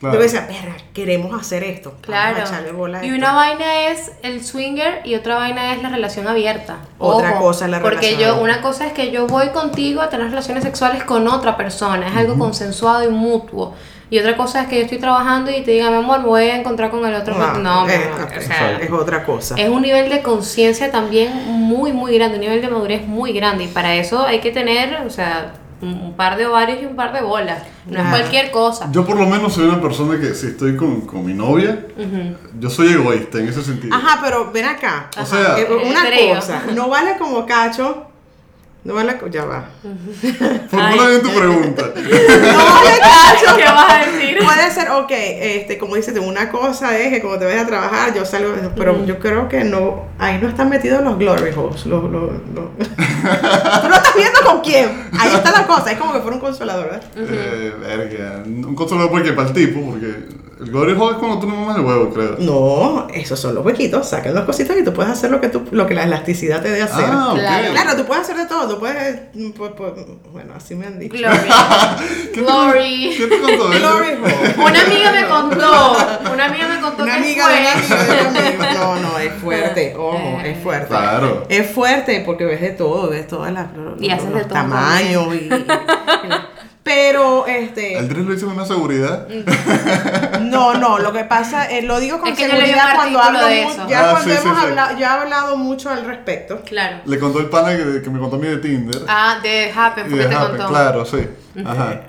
[SPEAKER 2] claro.
[SPEAKER 4] yo decía, perra, queremos hacer esto. vamos
[SPEAKER 3] Claro.
[SPEAKER 4] a echarle bola a
[SPEAKER 3] y
[SPEAKER 4] esto".
[SPEAKER 3] una vaina es el swinger y otra vaina es la relación abierta.
[SPEAKER 4] Otra cosa es la
[SPEAKER 3] porque
[SPEAKER 4] relación
[SPEAKER 3] yo,
[SPEAKER 4] abierta.
[SPEAKER 3] una cosa es que yo voy contigo a tener relaciones sexuales con otra persona, es algo consensuado y mutuo. Y otra cosa es que yo estoy trabajando y te diga, mi amor, me voy a encontrar con el otro.
[SPEAKER 4] Ah,
[SPEAKER 3] No, mi
[SPEAKER 4] eh,
[SPEAKER 3] amor,
[SPEAKER 4] ok,
[SPEAKER 3] o sea, eh,
[SPEAKER 4] es otra cosa.
[SPEAKER 3] es un nivel de conciencia también muy, muy grande, un nivel de madurez muy grande. Y para eso hay que tener, o sea, un, un par de ovarios y un par de bolas. No es
[SPEAKER 4] Claro.
[SPEAKER 3] cualquier cosa.
[SPEAKER 2] Yo por lo menos soy una persona que si estoy con, con mi novia, yo soy egoísta en ese sentido.
[SPEAKER 4] Ajá, pero ven acá.
[SPEAKER 2] O sea-
[SPEAKER 4] Eh, una
[SPEAKER 3] Creo.
[SPEAKER 4] cosa, no vale como cacho. No vale co- ya va.
[SPEAKER 2] Formula bien tu pregunta.
[SPEAKER 4] No vale cacho.
[SPEAKER 3] ¿Qué vas a decir?
[SPEAKER 4] Puede ser, ok, este, como dices, una cosa es que cuando te vayas a trabajar, yo salgo, pero yo creo que no, ahí no están metidos los glory holes, los, los, los- Tú no estás viendo con quién, ahí está la cosa, es como que fuera un consolador, ¿verdad?
[SPEAKER 2] eh, verga. Un consolador porque para el tipo, porque el glory hole es cuando tú no mamas el huevo, creo.
[SPEAKER 4] No, esos son los huequitos, sacan los cositas y tú puedes hacer lo que, tú, lo que la elasticidad te dé hacer.
[SPEAKER 2] Ah, ok.
[SPEAKER 3] Claro.
[SPEAKER 4] Claro, tú puedes hacer de todo, tú puedes, mm, pu- pu- bueno, así me han dicho.
[SPEAKER 3] Gloria.
[SPEAKER 2] ¿Qué te-
[SPEAKER 3] Glory.
[SPEAKER 2] ¿Qué te contó él?
[SPEAKER 4] Glory hole.
[SPEAKER 3] Una amiga me contó, una amiga me contó
[SPEAKER 4] Una
[SPEAKER 3] que
[SPEAKER 4] amiga
[SPEAKER 3] fue.
[SPEAKER 4] de una amiga de un amigo. No, no, es fuerte, ojo, es fuerte.
[SPEAKER 2] Claro.
[SPEAKER 4] Es fuerte porque ves de todo, ves todas las
[SPEAKER 3] Y haces de
[SPEAKER 4] los
[SPEAKER 3] todo
[SPEAKER 4] tamaños y, y- Pero, este.
[SPEAKER 2] El drill lo hizo con una seguridad.
[SPEAKER 4] No, no, lo que pasa, eh, lo digo con
[SPEAKER 3] Es que yo leí un
[SPEAKER 4] seguridad cuando
[SPEAKER 3] artículo
[SPEAKER 4] hablo
[SPEAKER 3] de
[SPEAKER 4] mu-
[SPEAKER 3] eso.
[SPEAKER 4] Ya
[SPEAKER 2] Ah,
[SPEAKER 4] cuando
[SPEAKER 2] sí, sí,
[SPEAKER 4] hemos
[SPEAKER 2] sí.
[SPEAKER 4] hablado, yo he hablado mucho al respecto.
[SPEAKER 3] Claro.
[SPEAKER 2] Le contó el pana que, que me contó a mí de Tinder.
[SPEAKER 3] Ah, de Happen,
[SPEAKER 2] Y
[SPEAKER 3] porque
[SPEAKER 2] de
[SPEAKER 3] te
[SPEAKER 2] Happen,
[SPEAKER 3] contó.
[SPEAKER 2] Claro, sí. Ajá.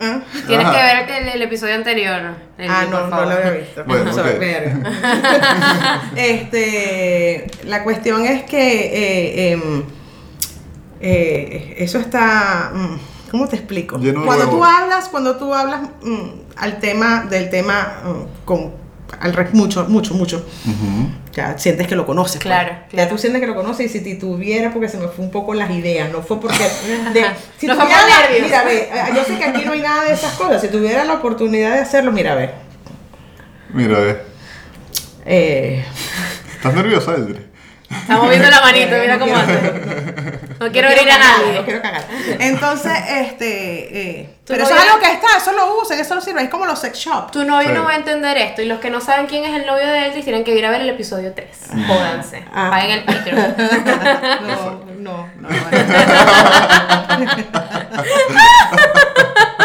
[SPEAKER 4] ¿Ah?
[SPEAKER 3] Tienes
[SPEAKER 2] Ajá.
[SPEAKER 3] que ver el, el episodio anterior. el-
[SPEAKER 4] Ah,
[SPEAKER 3] por
[SPEAKER 4] no, no
[SPEAKER 3] favor.
[SPEAKER 4] lo había visto.
[SPEAKER 2] Bueno,
[SPEAKER 4] Sorry,
[SPEAKER 2] ok.
[SPEAKER 4] verga. este, la cuestión es que eh, em, eh, eso está, mm, ¿cómo te explico?
[SPEAKER 2] Lleno de
[SPEAKER 4] cuando tú
[SPEAKER 2] huevos.
[SPEAKER 4] hablas, cuando tú hablas mm, al tema del tema mm, con al res- mucho, mucho, mucho. Ya sientes que lo conoces. pues.
[SPEAKER 3] Claro,
[SPEAKER 4] Ya tú sientes que lo conoces y si titubiera porque se me fue un poco las ideas, no fue porque... de- si
[SPEAKER 3] No fue por
[SPEAKER 4] tuviera la-
[SPEAKER 3] nervios.
[SPEAKER 4] Mira, ve, eh, yo sé que aquí no hay nada de esas cosas. Si tuviera la oportunidad de hacerlo, mira, ve.
[SPEAKER 2] Mira, ve.
[SPEAKER 4] Eh,
[SPEAKER 2] ¿Estás nerviosa, Eldre?
[SPEAKER 3] Estamos viendo la manito, mira cómo
[SPEAKER 4] quiero-
[SPEAKER 3] hace. No quiero
[SPEAKER 4] no
[SPEAKER 3] herir a
[SPEAKER 4] cagar,
[SPEAKER 3] nadie.
[SPEAKER 4] No quiero cagar. Entonces, este... eh,
[SPEAKER 3] Tú
[SPEAKER 4] pero
[SPEAKER 3] no
[SPEAKER 4] eso es
[SPEAKER 3] ya-
[SPEAKER 4] algo que está, eso lo usan, eso lo sirve. Es como los sex shops.
[SPEAKER 3] Tu novio
[SPEAKER 2] Sí.
[SPEAKER 3] no va a entender esto. Y los que no saben quién es el novio de Eldris tienen que ir a ver el episodio 3. Jódanse.
[SPEAKER 4] Ah.
[SPEAKER 3] Paguen el Patreon.
[SPEAKER 4] No, no, no. no.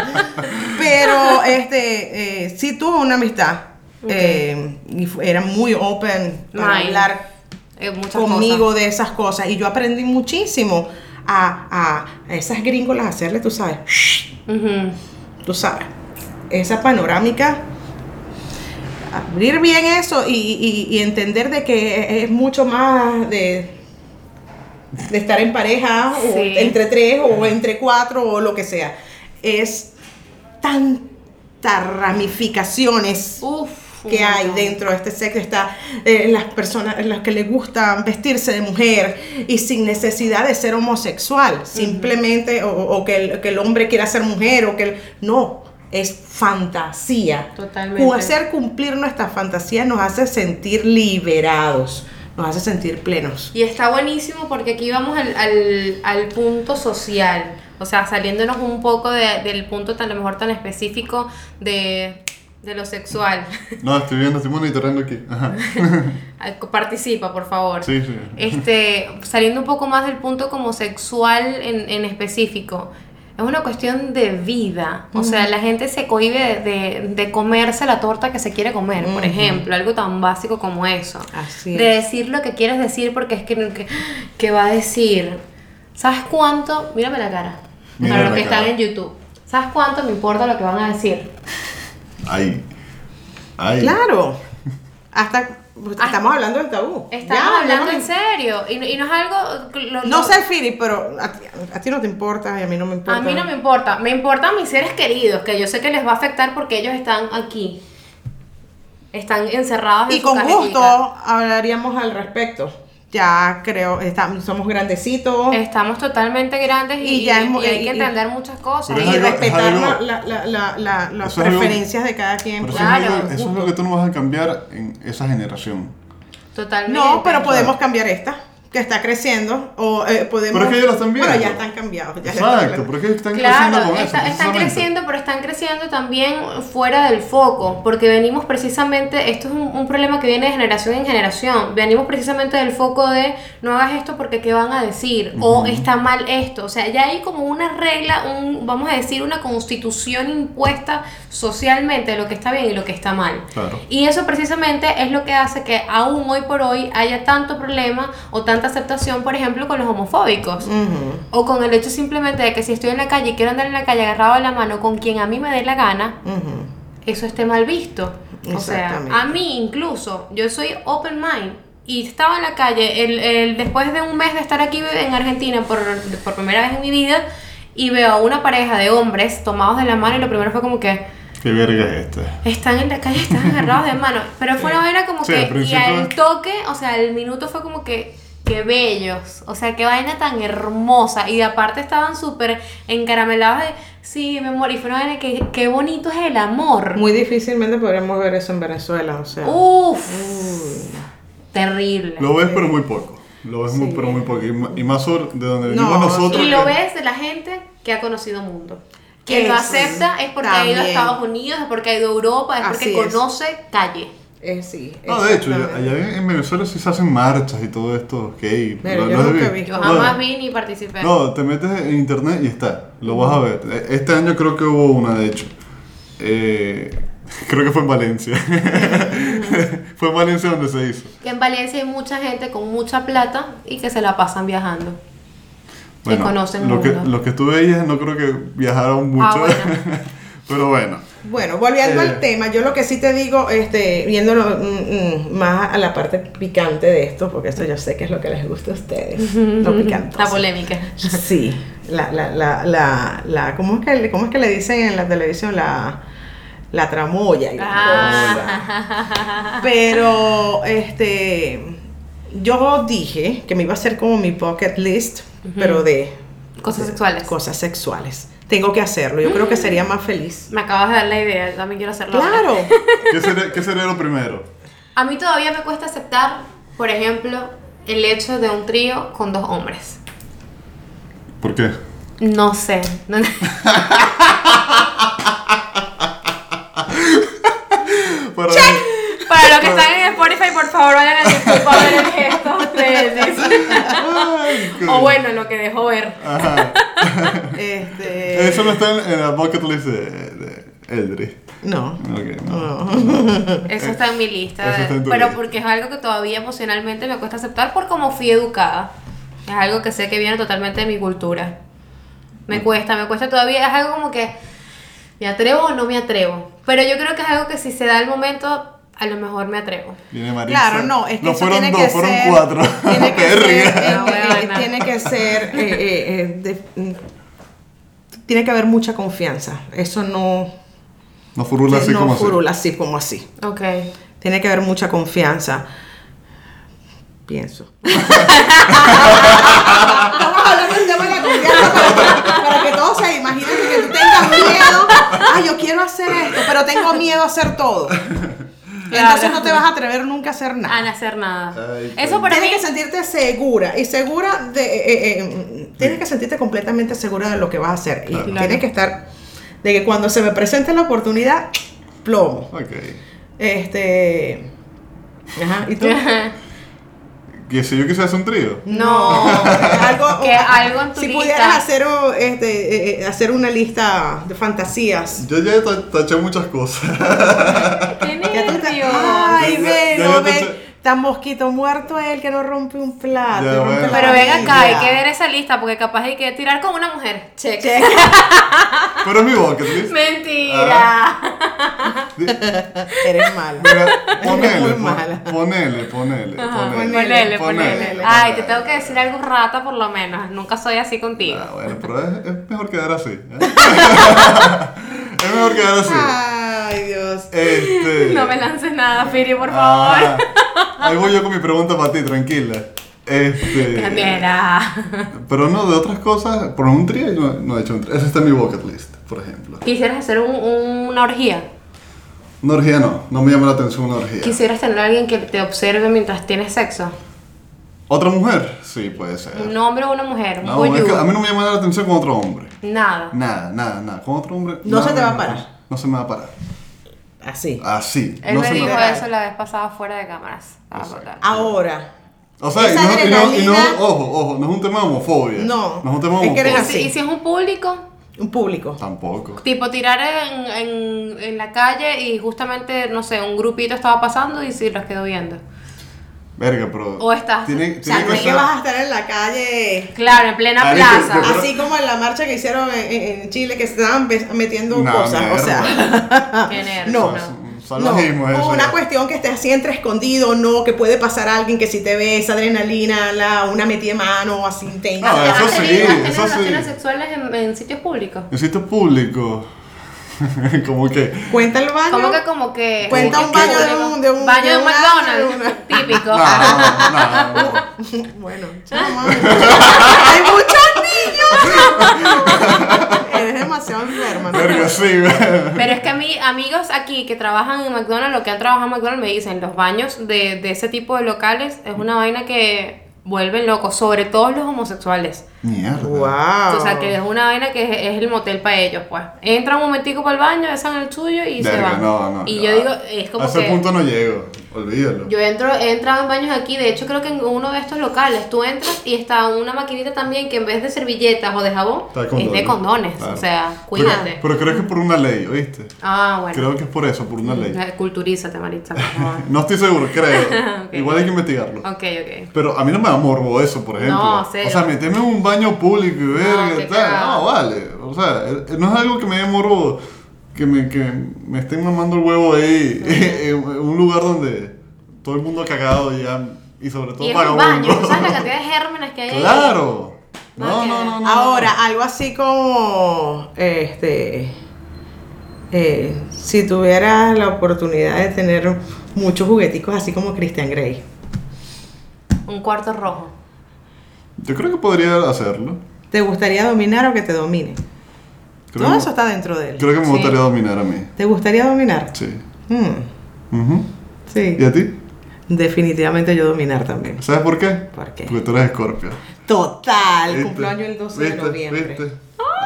[SPEAKER 4] Pero este, eh, sí tuvo una amistad. eh, y fu- era muy open para
[SPEAKER 3] Mind.
[SPEAKER 4] hablar
[SPEAKER 3] Eh, muchas
[SPEAKER 4] conmigo
[SPEAKER 3] cosas.
[SPEAKER 4] de esas cosas. Y yo aprendí muchísimo a, a- a esas gringolas hacerle, tú sabes,
[SPEAKER 3] Ujú.
[SPEAKER 4] tú sabes, esa panorámica. Abrir bien eso y, y- y entender de que es mucho más de, de estar en pareja o
[SPEAKER 3] Sí.
[SPEAKER 4] entre tres o entre cuatro o lo que sea. Es tantas ramificaciones
[SPEAKER 3] Uf. un
[SPEAKER 4] que hay
[SPEAKER 3] montón.
[SPEAKER 4] dentro de este sexo está eh, las personas las que les gustan vestirse de mujer y sin necesidad de ser homosexual simplemente o, o que, el, que el hombre quiera ser mujer o que el- no es fantasía
[SPEAKER 3] Totalmente.
[SPEAKER 4] Cu- hacer cumplir nuestras fantasías nos hace sentir liberados nos hace sentir plenos
[SPEAKER 3] Y está buenísimo porque aquí vamos al, al, al punto social. O sea, saliéndonos un poco de- del punto tan a lo mejor tan específico de, de lo sexual.
[SPEAKER 2] No, estoy viendo, estoy monitoreando aquí. Ajá.
[SPEAKER 3] Ay, Ah, Participa, por favor.
[SPEAKER 2] Sí, sí.
[SPEAKER 3] Este, saliendo un poco más del punto como sexual en, en específico, es una cuestión de vida. O sea, la gente se cohíbe de, de- de comerse la torta que se quiere comer, por
[SPEAKER 4] Ujú.
[SPEAKER 3] ejemplo, algo tan básico como eso.
[SPEAKER 4] Así
[SPEAKER 3] De
[SPEAKER 4] es.
[SPEAKER 3] decir lo que quieres decir porque es que, que, que va a decir. ¿Sabes cuánto? Mírame la cara.
[SPEAKER 2] Mira
[SPEAKER 3] para los
[SPEAKER 2] la
[SPEAKER 3] que
[SPEAKER 2] cara.
[SPEAKER 3] están en YouTube. ¿Sabes cuánto me importa lo que van a decir?
[SPEAKER 2] Ay. Ay.
[SPEAKER 4] claro hasta estamos hablando del tabú
[SPEAKER 3] Ah. Estamos
[SPEAKER 4] Ya, ya
[SPEAKER 3] hablando
[SPEAKER 4] no
[SPEAKER 3] en
[SPEAKER 4] me-
[SPEAKER 3] serio. Y, no- y no es algo. lo-
[SPEAKER 4] no
[SPEAKER 3] lo-
[SPEAKER 4] sé Fili pero a ti, a ti no te importa y a mí no me importa
[SPEAKER 3] A mí no me importa, me importan mis seres queridos, que yo sé que les va a afectar porque ellos están aquí. Están encerrados en
[SPEAKER 4] Y
[SPEAKER 3] su
[SPEAKER 4] con gusto
[SPEAKER 3] cajetita.
[SPEAKER 4] hablaríamos al respecto. Ya creo, estamos, somos grandecitos
[SPEAKER 3] Estamos totalmente grandes y,
[SPEAKER 4] Y ya
[SPEAKER 3] y-
[SPEAKER 4] hemos-
[SPEAKER 3] y hay
[SPEAKER 4] y-
[SPEAKER 3] que
[SPEAKER 4] y-
[SPEAKER 3] entender muchas cosas.
[SPEAKER 2] Pero
[SPEAKER 4] y
[SPEAKER 2] es algo-
[SPEAKER 4] respetar
[SPEAKER 2] es algo-
[SPEAKER 4] la- la- la- la- las
[SPEAKER 2] Eso es algo-
[SPEAKER 4] preferencias de cada quien.
[SPEAKER 2] Pero eso,
[SPEAKER 3] Claro,
[SPEAKER 2] es algo- eso es
[SPEAKER 3] justo.
[SPEAKER 2] lo que tú no vas a cambiar en esa generación.
[SPEAKER 3] Totalmente.
[SPEAKER 4] no, pero podemos cambiar esta, que está creciendo. O eh, podemos.
[SPEAKER 2] Pero es que ya la están viendo.
[SPEAKER 4] Bueno, ya están cambiados. ya están
[SPEAKER 2] Exacto,
[SPEAKER 4] cambiando.
[SPEAKER 2] porque están creciendo
[SPEAKER 3] Claro,
[SPEAKER 2] con
[SPEAKER 3] está-
[SPEAKER 2] eso.
[SPEAKER 3] están
[SPEAKER 2] precisamente.
[SPEAKER 3] creciendo, pero están creciendo también fuera del foco, porque venimos precisamente, esto es un, un problema que viene de generación en generación, venimos precisamente del foco de no hagas esto porque qué van a decir, o está mal esto, o sea, ya hay como una regla, un, vamos a decir, una constitución impuesta socialmente de lo que está bien y lo que está mal.
[SPEAKER 2] Claro.
[SPEAKER 3] Y eso precisamente es lo que hace que aún hoy por hoy haya tanto problema o tanta aceptación, por ejemplo, con los homofóbicos.
[SPEAKER 4] Ujú.
[SPEAKER 3] O con el hecho simplemente de que si estoy en la calle y quiero andar en la calle agarrado de la mano con quien a mí me dé la gana,
[SPEAKER 4] Ujú.
[SPEAKER 3] eso esté mal visto. O sea,
[SPEAKER 4] Exactamente.
[SPEAKER 3] a mí incluso, yo soy open mind y estaba en la calle el, el- después de un mes de estar aquí en Argentina por, por primera vez en mi vida y veo a una pareja de hombres tomados de la mano y lo primero fue como que
[SPEAKER 2] ¿Qué verga es este. esta?
[SPEAKER 3] están en la calle, están agarrados de mano. Pero fue una vaina como
[SPEAKER 2] Sí, al
[SPEAKER 3] que. Y
[SPEAKER 2] principio-
[SPEAKER 3] al toque, o sea, el minuto fue como que. Qué bellos. O sea, qué vaina tan hermosa. Y de aparte estaban súper encaramelados de. Sí, mi amor. Y fue una vaina que. Qué bonito es el amor.
[SPEAKER 4] Muy difícilmente podremos ver eso en Venezuela. O sea. mm,
[SPEAKER 3] Uf. Terrible.
[SPEAKER 2] Lo ves, pero muy poco. Lo ves, muy,
[SPEAKER 4] Sí.
[SPEAKER 2] pero muy poco. Y, ma- y más sobre de donde
[SPEAKER 4] No,
[SPEAKER 2] venimos nosotros.
[SPEAKER 3] y lo
[SPEAKER 2] que-
[SPEAKER 3] ves de la gente que ha conocido mundo. Quien lo
[SPEAKER 4] Eso,
[SPEAKER 3] acepta es porque ha ido a
[SPEAKER 4] también.
[SPEAKER 3] Estados Unidos, es porque ha ido a Europa, es porque
[SPEAKER 4] Así es.
[SPEAKER 3] conoce calle.
[SPEAKER 4] Eh, sí.
[SPEAKER 2] No, de hecho,
[SPEAKER 4] exactamente.
[SPEAKER 2] allá en Venezuela sí se hacen marchas y todo esto, gay.
[SPEAKER 4] Pero
[SPEAKER 2] ¿Lo-
[SPEAKER 4] yo
[SPEAKER 2] lo has
[SPEAKER 4] nunca
[SPEAKER 2] visto?
[SPEAKER 4] vi.
[SPEAKER 3] Yo
[SPEAKER 4] No.
[SPEAKER 3] jamás vi ni participé.
[SPEAKER 2] No, te metes en internet y está. Lo vas a ver. E- Este año creo que hubo una, de hecho. Eh, creo que fue en Valencia. fue en Valencia donde se hizo.
[SPEAKER 3] Que en Valencia hay mucha gente con mucha plata y que se la pasan viajando. Que conocen
[SPEAKER 2] lo que,
[SPEAKER 3] mundo.
[SPEAKER 2] lo que tú veías no creo que viajaron mucho.
[SPEAKER 3] Ah, bueno.
[SPEAKER 2] Pero bueno.
[SPEAKER 4] Bueno, volviendo
[SPEAKER 2] Eh.
[SPEAKER 4] al tema, yo lo que sí te digo, este, viéndolo mm, mm, más a la parte picante de esto, porque esto yo sé que es lo que les gusta a ustedes, lo picante.
[SPEAKER 3] La polémica.
[SPEAKER 4] Sí, la, la, la, la, la- ¿cómo, es que, le- ¿cómo es que le dicen en la televisión? La, la tramoya y la cosa.
[SPEAKER 3] Ah.
[SPEAKER 4] Pero este yo dije que me iba a hacer como mi pocket list, pero de
[SPEAKER 3] Cosas
[SPEAKER 4] de
[SPEAKER 3] sexuales. Mm.
[SPEAKER 4] Cosas sexuales. Tengo que hacerlo. Yo creo que sería más feliz.
[SPEAKER 3] Me acabas de dar la idea, yo también quiero hacerlo. ahora.
[SPEAKER 4] Claro.
[SPEAKER 2] ¿Qué sería, qué sería lo primero?
[SPEAKER 3] A mí todavía me cuesta aceptar, por ejemplo, el hecho de un trío con dos hombres.
[SPEAKER 2] ¿Por qué?
[SPEAKER 3] No sé. No,
[SPEAKER 2] Para-
[SPEAKER 3] Para los que están en Spotify, por favor, vayan a YouTube a ver el gesto de-
[SPEAKER 2] Ay,
[SPEAKER 3] de-
[SPEAKER 2] coño.
[SPEAKER 3] O bueno, lo que dejó ver.
[SPEAKER 2] Ajá.
[SPEAKER 4] este,
[SPEAKER 2] Eso no está en, en la bucket list de, de Eldri.
[SPEAKER 4] No.
[SPEAKER 2] Ok, no.
[SPEAKER 4] no.
[SPEAKER 3] Eso está en mi lista.
[SPEAKER 2] Eh, Eso está en tu
[SPEAKER 3] pero
[SPEAKER 2] lista.
[SPEAKER 3] porque es algo que todavía emocionalmente me cuesta aceptar por cómo fui educada. Es algo que sé que viene totalmente de mi cultura. Me cuesta, me cuesta todavía. Es algo como que me atrevo o no me atrevo. Pero yo creo que es algo que si se da el momento, a lo mejor me atrevo.
[SPEAKER 2] Viene Marisa.
[SPEAKER 4] Claro, no, es que
[SPEAKER 2] no
[SPEAKER 4] eso
[SPEAKER 2] fueron
[SPEAKER 4] tiene
[SPEAKER 2] dos,
[SPEAKER 4] que
[SPEAKER 2] fueron
[SPEAKER 4] ser-
[SPEAKER 2] cuatro.
[SPEAKER 4] Tiene que ser,
[SPEAKER 2] Verga.
[SPEAKER 4] eh,
[SPEAKER 3] No,
[SPEAKER 4] eh,
[SPEAKER 3] huevona.
[SPEAKER 4] tiene que ser, eh, eh, eh, de- mm, tiene que haber mucha confianza. Eso no,
[SPEAKER 2] No furula así
[SPEAKER 4] no
[SPEAKER 2] como
[SPEAKER 4] furula así como así.
[SPEAKER 3] Ok.
[SPEAKER 4] Tiene que haber mucha confianza. Pienso. Vamos a hablar del tema de la confianza para que, para que todos se imaginen que tú tengas miedo. Ah, yo quiero hacer esto, pero tengo miedo a hacer todo. Entonces no te vas a atrever nunca a hacer
[SPEAKER 3] A
[SPEAKER 4] nada.
[SPEAKER 3] no hacer nada.
[SPEAKER 2] Ay,
[SPEAKER 3] Eso para mí.
[SPEAKER 4] Tienes que sentirte segura y segura de. eh, eh, mm, tienes que sentirte completamente segura de lo que vas a hacer. Y
[SPEAKER 2] Claro.
[SPEAKER 4] tienes que estar. De que cuando se me presente la oportunidad, plomo.
[SPEAKER 2] así.
[SPEAKER 4] Este. Ajá, ¿y tú?
[SPEAKER 2] Ok. Que si yo quisiera hacer un trío.
[SPEAKER 3] No.
[SPEAKER 4] algo,
[SPEAKER 3] Que algo en tu
[SPEAKER 4] si
[SPEAKER 3] lista.
[SPEAKER 4] pudieras hacer, oh, este, eh, eh, hacer una lista de fantasías.
[SPEAKER 2] Yo ya ta- taché muchas cosas.
[SPEAKER 3] Qué
[SPEAKER 4] Ya tú te-
[SPEAKER 3] nervios.
[SPEAKER 4] Ay,
[SPEAKER 2] Ya-
[SPEAKER 4] ve,
[SPEAKER 2] ya-
[SPEAKER 4] no
[SPEAKER 2] ya te-
[SPEAKER 4] ve. Tan mosquito muerto él que no rompe un plato.
[SPEAKER 2] Ya,
[SPEAKER 4] rompe
[SPEAKER 2] bueno.
[SPEAKER 4] la
[SPEAKER 3] Pero ven acá, hay
[SPEAKER 4] vajilla.
[SPEAKER 3] que ver esa lista porque capaz hay que tirar con una mujer. Check.
[SPEAKER 4] Che,
[SPEAKER 2] Pero es mi bucket list.
[SPEAKER 3] Mentira.
[SPEAKER 2] Ah.
[SPEAKER 4] Eres mala.
[SPEAKER 2] Mira, ponele,
[SPEAKER 4] Muy
[SPEAKER 2] pon-
[SPEAKER 4] mala.
[SPEAKER 2] ponele, ponele,
[SPEAKER 3] Ajá,
[SPEAKER 2] Ah, ponele. Ah,
[SPEAKER 3] Ponele, ponele.
[SPEAKER 4] ponele.
[SPEAKER 3] Ay, te tengo que decir algo rata por lo menos. Nunca soy así contigo.
[SPEAKER 2] Ah, bueno, pero es, es mejor quedar así. ¿eh? es mejor quedar así.
[SPEAKER 4] Ay, Dios.
[SPEAKER 2] Este.
[SPEAKER 3] Ah. No me lances nada, Firi, por
[SPEAKER 2] Ah,
[SPEAKER 3] favor.
[SPEAKER 2] ahí voy yo con mi pregunta para ti, tranquila. Este.
[SPEAKER 3] Mira.
[SPEAKER 2] Pero no, de otras cosas, por un trío yo no, no he hecho un trío. Ese está en mi bucket list, por ejemplo.
[SPEAKER 3] ¿Quisieras hacer un- un- una orgía?
[SPEAKER 2] Una orgía no, no me llama la atención una orgía.
[SPEAKER 3] ¿Quisieras tener a alguien que te observe mientras tienes sexo?
[SPEAKER 2] ¿Otra mujer? Sí, puede ser.
[SPEAKER 3] ¿Un hombre o una mujer? ¿Un
[SPEAKER 2] Ah. No,
[SPEAKER 3] boyú?
[SPEAKER 2] es que a mí no me llama la atención con otro hombre.
[SPEAKER 3] Nada.
[SPEAKER 2] Nada, nada, nada. Con otro hombre.
[SPEAKER 4] No
[SPEAKER 2] nada,
[SPEAKER 4] se te va a
[SPEAKER 2] nada.
[SPEAKER 4] parar.
[SPEAKER 2] No se me va a parar.
[SPEAKER 4] Así.
[SPEAKER 2] Así.
[SPEAKER 3] Él
[SPEAKER 2] no
[SPEAKER 3] me
[SPEAKER 2] se me
[SPEAKER 3] dijo
[SPEAKER 2] va a
[SPEAKER 4] parar.
[SPEAKER 3] eso la vez pasada fuera de cámaras. Ah,
[SPEAKER 2] Exacto.
[SPEAKER 4] Ahora.
[SPEAKER 2] O sea, y
[SPEAKER 4] Esa
[SPEAKER 2] no, y no- y no-
[SPEAKER 4] adrenalina-
[SPEAKER 2] ojo, ojo, no es un tema de homofobia.
[SPEAKER 4] No.
[SPEAKER 2] No es un tema de
[SPEAKER 4] Es que eres
[SPEAKER 2] homofobia.
[SPEAKER 3] ¿Y
[SPEAKER 4] así.
[SPEAKER 3] si, y si es un público?
[SPEAKER 4] Un público.
[SPEAKER 2] Tampoco.
[SPEAKER 3] Tipo tirar en, en, en la calle y justamente, no sé, un grupito estaba pasando y sí los quedó viendo.
[SPEAKER 2] Verga, pero.
[SPEAKER 3] O estás-
[SPEAKER 2] Tiene,
[SPEAKER 4] O
[SPEAKER 2] tiene
[SPEAKER 4] sea, no es que
[SPEAKER 2] ser-
[SPEAKER 4] vas a estar en la calle
[SPEAKER 3] Claro, en plena
[SPEAKER 2] Marico,
[SPEAKER 3] plaza.
[SPEAKER 2] pero-
[SPEAKER 4] así como en la marcha que hicieron en, en- en Chile que se estaban be- metiendo
[SPEAKER 2] No,
[SPEAKER 4] cosas.
[SPEAKER 2] mierda.
[SPEAKER 4] O sea,
[SPEAKER 3] Qué nervios,
[SPEAKER 4] no.
[SPEAKER 2] Es un
[SPEAKER 4] no,
[SPEAKER 2] salvajismo eso.
[SPEAKER 4] o una cuestión que esté así entre escondido, no, que puede pasar alguien que si te ve esa adrenalina, la, una metida de mano así intensa.
[SPEAKER 2] No, eso
[SPEAKER 3] ¿Has
[SPEAKER 2] sí,
[SPEAKER 3] tenido- has tenido
[SPEAKER 2] eso sí.
[SPEAKER 3] relaciones sexuales en, en sitios públicos?
[SPEAKER 2] En sitios públicos. como que.
[SPEAKER 4] Cuenta el baño.
[SPEAKER 3] Como que, como que.
[SPEAKER 4] Cuenta
[SPEAKER 3] como
[SPEAKER 4] un
[SPEAKER 3] que-
[SPEAKER 4] baño de
[SPEAKER 3] como-
[SPEAKER 4] un- de un-
[SPEAKER 3] Baño
[SPEAKER 4] de
[SPEAKER 3] de
[SPEAKER 4] un
[SPEAKER 3] McDonald's.
[SPEAKER 4] árbol, una-
[SPEAKER 3] Típico.
[SPEAKER 2] No, no, no, no.
[SPEAKER 4] Bueno, chao, mami. Hay muchos niños. Eres demasiado enferma. ¿no?
[SPEAKER 2] Verga, sí, verga.
[SPEAKER 3] Pero es que a mí, amigos aquí que trabajan en McDonald's o que han trabajado en McDonald's me dicen, los baños de, de ese tipo de locales es una vaina que vuelven locos, sobre todo los homosexuales.
[SPEAKER 2] Mierda.
[SPEAKER 4] Wow.
[SPEAKER 3] O sea, que es una vaina que es, es el motel para ellos, pues. Entran un momentico para el baño, besan el suyo y se
[SPEAKER 2] Verga,
[SPEAKER 3] van.
[SPEAKER 2] no, no,
[SPEAKER 3] y
[SPEAKER 2] ya.
[SPEAKER 3] yo digo, es como
[SPEAKER 2] A ese
[SPEAKER 3] que...
[SPEAKER 2] punto no llego. Olvídalo.
[SPEAKER 3] Yo entro, he entrado en baños aquí, de hecho creo que en uno de estos locales tú entras y está una maquinita también que en vez de servilletas o de jabón
[SPEAKER 2] Está de
[SPEAKER 3] es de
[SPEAKER 2] condones.
[SPEAKER 3] condones,
[SPEAKER 2] Claro.
[SPEAKER 3] o sea,
[SPEAKER 2] Pero-
[SPEAKER 3] cuídate.
[SPEAKER 2] Pero, creo que es por una ley, ¿oíste?
[SPEAKER 3] ah, bueno.
[SPEAKER 2] Creo que es por eso, por una ley.
[SPEAKER 3] Eh, Culturízate, Maritza, por favor.
[SPEAKER 2] No estoy seguro, creo.
[SPEAKER 3] Ok.
[SPEAKER 2] Igual hay que investigarlo.
[SPEAKER 3] ok, ok.
[SPEAKER 2] Pero a mí no me da morbo eso, por ejemplo.
[SPEAKER 3] No, cero.
[SPEAKER 2] O sea, meterme en un baño público y verga
[SPEAKER 3] qué
[SPEAKER 2] y tal.
[SPEAKER 3] cagada.
[SPEAKER 2] No, vale. O sea, eh, no es algo que me dé morbo que me, que me estén mamando el huevo ahí en un lugar donde todo el mundo ha cagado ya y sobre todo
[SPEAKER 3] Y es un
[SPEAKER 2] vagabundo.
[SPEAKER 3] baño, ¿tú sabes la cantidad de gérmenes que hay ahí?
[SPEAKER 2] Claro.
[SPEAKER 3] Nada
[SPEAKER 2] No,
[SPEAKER 3] que
[SPEAKER 2] no,
[SPEAKER 3] ver.
[SPEAKER 2] no, no.
[SPEAKER 4] Ahora, algo así como, este, eh, si tuvieras la oportunidad de tener muchos jugueticos así como Christian Grey.
[SPEAKER 3] Un cuarto rojo.
[SPEAKER 2] Yo creo que podría hacerlo.
[SPEAKER 4] ¿Te gustaría dominar o que te dominen?
[SPEAKER 2] Creo
[SPEAKER 4] Todo
[SPEAKER 2] que-
[SPEAKER 4] eso está dentro de él.
[SPEAKER 2] Creo que me
[SPEAKER 3] Sí.
[SPEAKER 2] gustaría dominar a mí.
[SPEAKER 4] ¿Te gustaría dominar?
[SPEAKER 2] Sí.
[SPEAKER 4] Mm,
[SPEAKER 2] Ujú.
[SPEAKER 4] sí.
[SPEAKER 2] ¿Y a ti?
[SPEAKER 4] Definitivamente yo dominar también.
[SPEAKER 2] ¿Sabes por qué?
[SPEAKER 4] ¿Por qué?
[SPEAKER 2] Porque tú eres escorpio.
[SPEAKER 4] Total,
[SPEAKER 2] Pues, ¿Viste?
[SPEAKER 4] cumpleaños el 12 de
[SPEAKER 2] ¿Viste?
[SPEAKER 4] noviembre.
[SPEAKER 2] ¿Viste?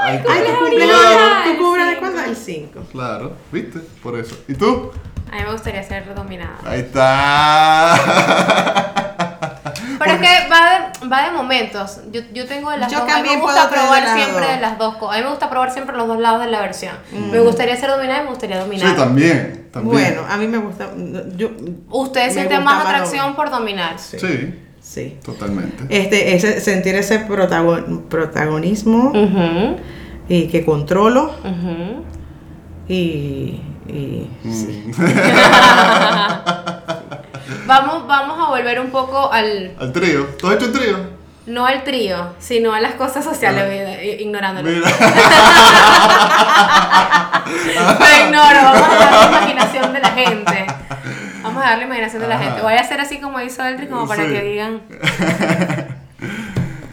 [SPEAKER 2] Ay,
[SPEAKER 4] Ay,
[SPEAKER 2] claro.
[SPEAKER 4] tu cumpleaños,
[SPEAKER 3] ahorita,
[SPEAKER 4] ¿tú
[SPEAKER 3] el
[SPEAKER 4] cumpleaños
[SPEAKER 3] cinco.
[SPEAKER 4] cuándo? El 5.
[SPEAKER 2] Claro, viste, por eso. ¿Y tú?
[SPEAKER 3] A mí me gustaría ser dominada.
[SPEAKER 2] Ahí está.
[SPEAKER 3] Pero es que va de, va de momentos. Yo, yo tengo de las
[SPEAKER 4] Yo
[SPEAKER 3] dos. A mí me
[SPEAKER 4] también
[SPEAKER 3] gusta
[SPEAKER 4] puedo tener
[SPEAKER 3] probar
[SPEAKER 4] de las
[SPEAKER 3] siempre
[SPEAKER 4] dos.
[SPEAKER 3] de las dos cosas. A mí me gusta probar siempre los dos lados de la versión. Me gustaría ser dominada y me gustaría dominar.
[SPEAKER 2] Mm. Sí, también, también.
[SPEAKER 4] Bueno, a mí me gusta. Yo,
[SPEAKER 3] Ustedes
[SPEAKER 4] me
[SPEAKER 3] sienten
[SPEAKER 4] gusta
[SPEAKER 3] más atracción
[SPEAKER 4] dominar.
[SPEAKER 3] por dominar.
[SPEAKER 4] Sí.
[SPEAKER 2] Sí,
[SPEAKER 4] sí.
[SPEAKER 2] totalmente.
[SPEAKER 4] Este, ese, sentir ese protagon- protagonismo
[SPEAKER 3] Ujú,
[SPEAKER 4] y que controlo
[SPEAKER 3] ujú.
[SPEAKER 4] y, y-
[SPEAKER 2] Mm.
[SPEAKER 3] Vamos, vamos a volver un poco al.
[SPEAKER 2] Al trío. ¿Tú has hecho un trío?
[SPEAKER 3] No al trío, sino a las cosas sociales, eh, ignorándolo.
[SPEAKER 2] Ah. Mira.
[SPEAKER 3] Lo ignoro, vamos a darle imaginación de la gente. Vamos a darle imaginación de la
[SPEAKER 2] Ajá.
[SPEAKER 3] gente. Voy a hacer así como hizo Eldrick, como para
[SPEAKER 2] Ah. Sí.
[SPEAKER 3] que digan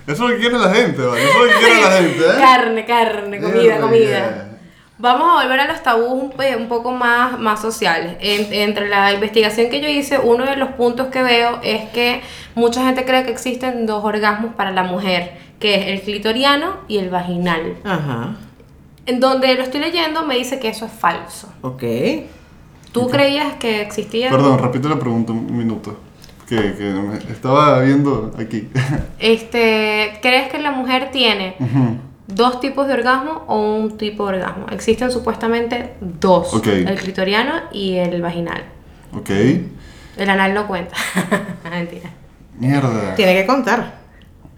[SPEAKER 2] Eso es lo que quiere la gente, ¿vale? Eso es lo que quiere la gente, ¿eh?
[SPEAKER 3] carne, carne, comida,
[SPEAKER 2] Mierda,
[SPEAKER 3] comida.
[SPEAKER 2] yeah.
[SPEAKER 3] Vamos a volver a los tabús un, pe- un poco más, más sociales. En- entre la investigación que yo hice, uno de los puntos que veo es que mucha gente cree que existen dos orgasmos para la mujer, que es el clitoriano y el vaginal.
[SPEAKER 4] Ajá.
[SPEAKER 3] En donde lo estoy leyendo me dice que eso es falso.
[SPEAKER 4] Ok.
[SPEAKER 3] ¿Tú creías que existía?
[SPEAKER 2] Perdón, repite la pregunta un minuto. Que, que me estaba viendo aquí.
[SPEAKER 3] Este, ¿crees que la mujer tiene
[SPEAKER 2] Ujú.
[SPEAKER 3] dos tipos de orgasmo o un tipo de orgasmo? Existen supuestamente dos,
[SPEAKER 2] Ok.
[SPEAKER 3] el clitoriano y el vaginal.
[SPEAKER 2] ok.
[SPEAKER 3] El anal no cuenta. Mentira.
[SPEAKER 2] Mierda.
[SPEAKER 4] Tiene que contar.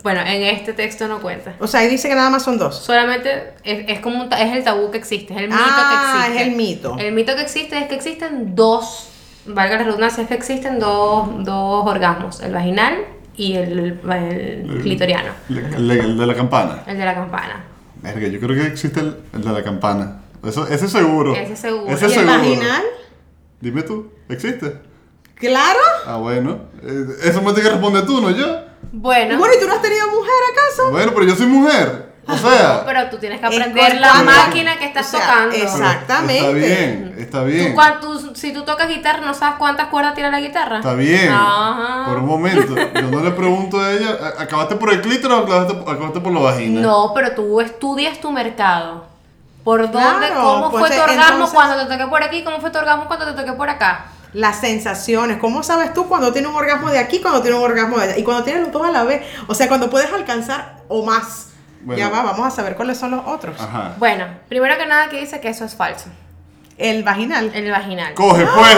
[SPEAKER 3] Bueno, en este texto no cuenta.
[SPEAKER 4] O sea, ahí dice que nada más son dos.
[SPEAKER 3] Solamente es, es como un ta- es el tabú que existe, es el mito
[SPEAKER 4] Ah,
[SPEAKER 3] que existe.
[SPEAKER 4] es el mito.
[SPEAKER 3] El mito que existe es que existen dos, valga la redundancia, es que existen dos, dos orgasmos, el vaginal y el, el clitoriano,
[SPEAKER 2] Le- le- el de la campana.
[SPEAKER 3] el de la campana.
[SPEAKER 2] Verga, yo creo que existe el, el de la campana. Eso, ese seguro.
[SPEAKER 3] Ese seguro.
[SPEAKER 2] Ese
[SPEAKER 3] ¿Y el
[SPEAKER 4] ¿Y el
[SPEAKER 2] seguro.
[SPEAKER 4] vaginal?
[SPEAKER 2] Dime tú, ¿existe?
[SPEAKER 4] Claro.
[SPEAKER 2] Ah, bueno. Eh, Eso me tienes que responder tú, no yo.
[SPEAKER 3] Bueno,
[SPEAKER 4] Bueno, ¿y tú no has tenido mujer acaso?
[SPEAKER 2] Bueno, pero yo soy mujer. O sea.
[SPEAKER 3] Ah, pero tú tienes que
[SPEAKER 4] Es
[SPEAKER 3] aprender la
[SPEAKER 4] cuando-
[SPEAKER 3] máquina que estás
[SPEAKER 4] o sea,
[SPEAKER 3] tocando.
[SPEAKER 4] exacto. exactamente.
[SPEAKER 2] Está bien, está
[SPEAKER 3] Tú
[SPEAKER 2] bien.
[SPEAKER 3] cuan- tú- si tú tocas guitarra, ¿no sabes cuántas cuerdas tiene la guitarra?
[SPEAKER 2] Está bien.
[SPEAKER 3] Ajá.
[SPEAKER 2] Por un momento. Yo no le pregunto a ella, ¿a- ¿acabaste por el clítoris o acabaste, acabaste por la vagina?
[SPEAKER 3] No, pero tú estudias tu mercado. ¿Por
[SPEAKER 4] Claro,
[SPEAKER 3] dónde? ¿Cómo
[SPEAKER 4] pues,
[SPEAKER 3] fue tu
[SPEAKER 4] eh,
[SPEAKER 3] orgasmo
[SPEAKER 4] entonces-
[SPEAKER 3] cuando te toqué por aquí? ¿Cómo fue tu orgasmo cuando te toqué por acá?
[SPEAKER 4] Las sensaciones. ¿Cómo sabes tú cuando tiene un orgasmo de aquí, cuando tiene un orgasmo de allá? Y cuando tienes los dos a la vez. O sea, cuando puedes alcanzar o más.
[SPEAKER 2] Bueno.
[SPEAKER 4] Ya va, vamos a saber cuáles son los otros.
[SPEAKER 2] Ajá.
[SPEAKER 3] Bueno, primero que nada que dice que eso es falso.
[SPEAKER 4] El vaginal.
[SPEAKER 3] El vaginal.
[SPEAKER 2] Coge pues.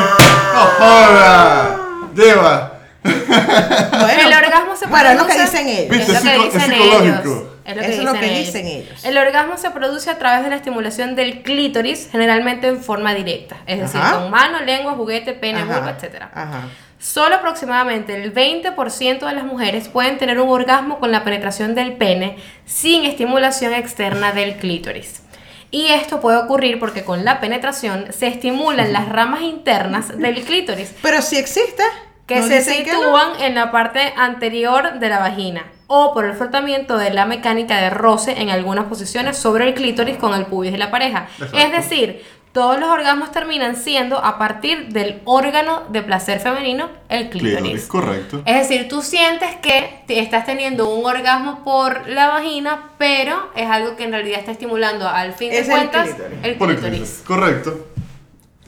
[SPEAKER 2] ¡No joda! Lleva.
[SPEAKER 4] Bueno,
[SPEAKER 3] El orgasmo se
[SPEAKER 4] Bueno, es lo que
[SPEAKER 3] produce-
[SPEAKER 4] dicen ellos.
[SPEAKER 2] Viste,
[SPEAKER 3] Es lo
[SPEAKER 2] es
[SPEAKER 3] que
[SPEAKER 2] psico- es
[SPEAKER 3] dicen
[SPEAKER 2] psicológico.
[SPEAKER 3] ellos. Es lo que,
[SPEAKER 4] Eso
[SPEAKER 3] dicen, ellos.
[SPEAKER 4] ellos.
[SPEAKER 3] El orgasmo se produce a través de la estimulación del clítoris, generalmente en forma directa, es decir,
[SPEAKER 4] Ajá.
[SPEAKER 3] con mano, lengua, juguete, pene,
[SPEAKER 4] Ajá,
[SPEAKER 3] vulva, etc.
[SPEAKER 4] Ajá.
[SPEAKER 3] Solo aproximadamente el 20% de las mujeres pueden tener un orgasmo con la penetración del pene sin estimulación externa del clítoris. Y esto puede ocurrir porque con la penetración se estimulan las ramas internas del clítoris
[SPEAKER 4] Pero si existe.
[SPEAKER 3] que
[SPEAKER 4] nos
[SPEAKER 3] se
[SPEAKER 4] dicen que no.
[SPEAKER 3] sitúan en la parte anterior de la vagina o por el frotamiento de la mecánica de roce en algunas posiciones sobre el clítoris con el pubis de la pareja. Es decir, todos los orgasmos terminan siendo a partir del órgano de placer femenino, el clítoris.
[SPEAKER 2] Clítoris, correcto.
[SPEAKER 4] Eh,
[SPEAKER 3] Es decir, tú sientes que te- estás teniendo un orgasmo por la vagina, pero es algo que en realidad está estimulando al fin de
[SPEAKER 4] Es el
[SPEAKER 3] cuentas
[SPEAKER 4] clítoris.
[SPEAKER 3] el
[SPEAKER 2] Por el
[SPEAKER 3] clítoris.
[SPEAKER 2] clítoris, correcto.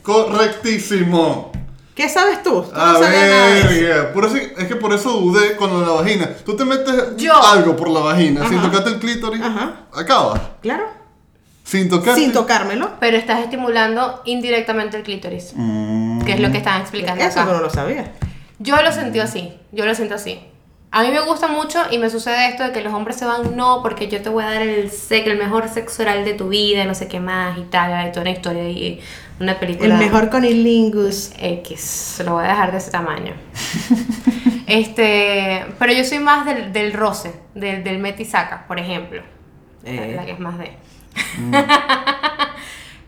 [SPEAKER 2] Correctísimo.
[SPEAKER 4] ¿Qué sabes tú? Tú
[SPEAKER 2] A
[SPEAKER 4] no sabías nada de eso.
[SPEAKER 2] ver, por eso, es que por eso dudé con lo de la vagina. Tú te metes
[SPEAKER 3] Yo.
[SPEAKER 2] algo por la vagina, sin
[SPEAKER 4] Ajá.
[SPEAKER 2] tocarte el clítoris,
[SPEAKER 4] Ajá.
[SPEAKER 2] acabas.
[SPEAKER 4] Claro.
[SPEAKER 2] Sin tocarte.
[SPEAKER 4] Sin tocármelo.
[SPEAKER 3] Pero estás estimulando indirectamente el clítoris,
[SPEAKER 2] Mm,
[SPEAKER 3] que es lo que estaban explicando
[SPEAKER 4] Eso
[SPEAKER 3] acá.
[SPEAKER 4] que no lo sabía.
[SPEAKER 3] Yo lo sentí así, yo lo siento así. A mí me gusta mucho y me sucede esto de que los hombres se van, no, porque yo te voy a dar el sec, el mejor sexo oral de tu vida, no sé qué más y tal, hay toda una historia y una película.
[SPEAKER 4] El mejor con el lingus.
[SPEAKER 3] X, lo voy a dejar de ese tamaño. este, pero yo soy más del, del roce, del, del metisaca, por ejemplo.
[SPEAKER 4] Eh. mm.
[SPEAKER 3] La que es más de.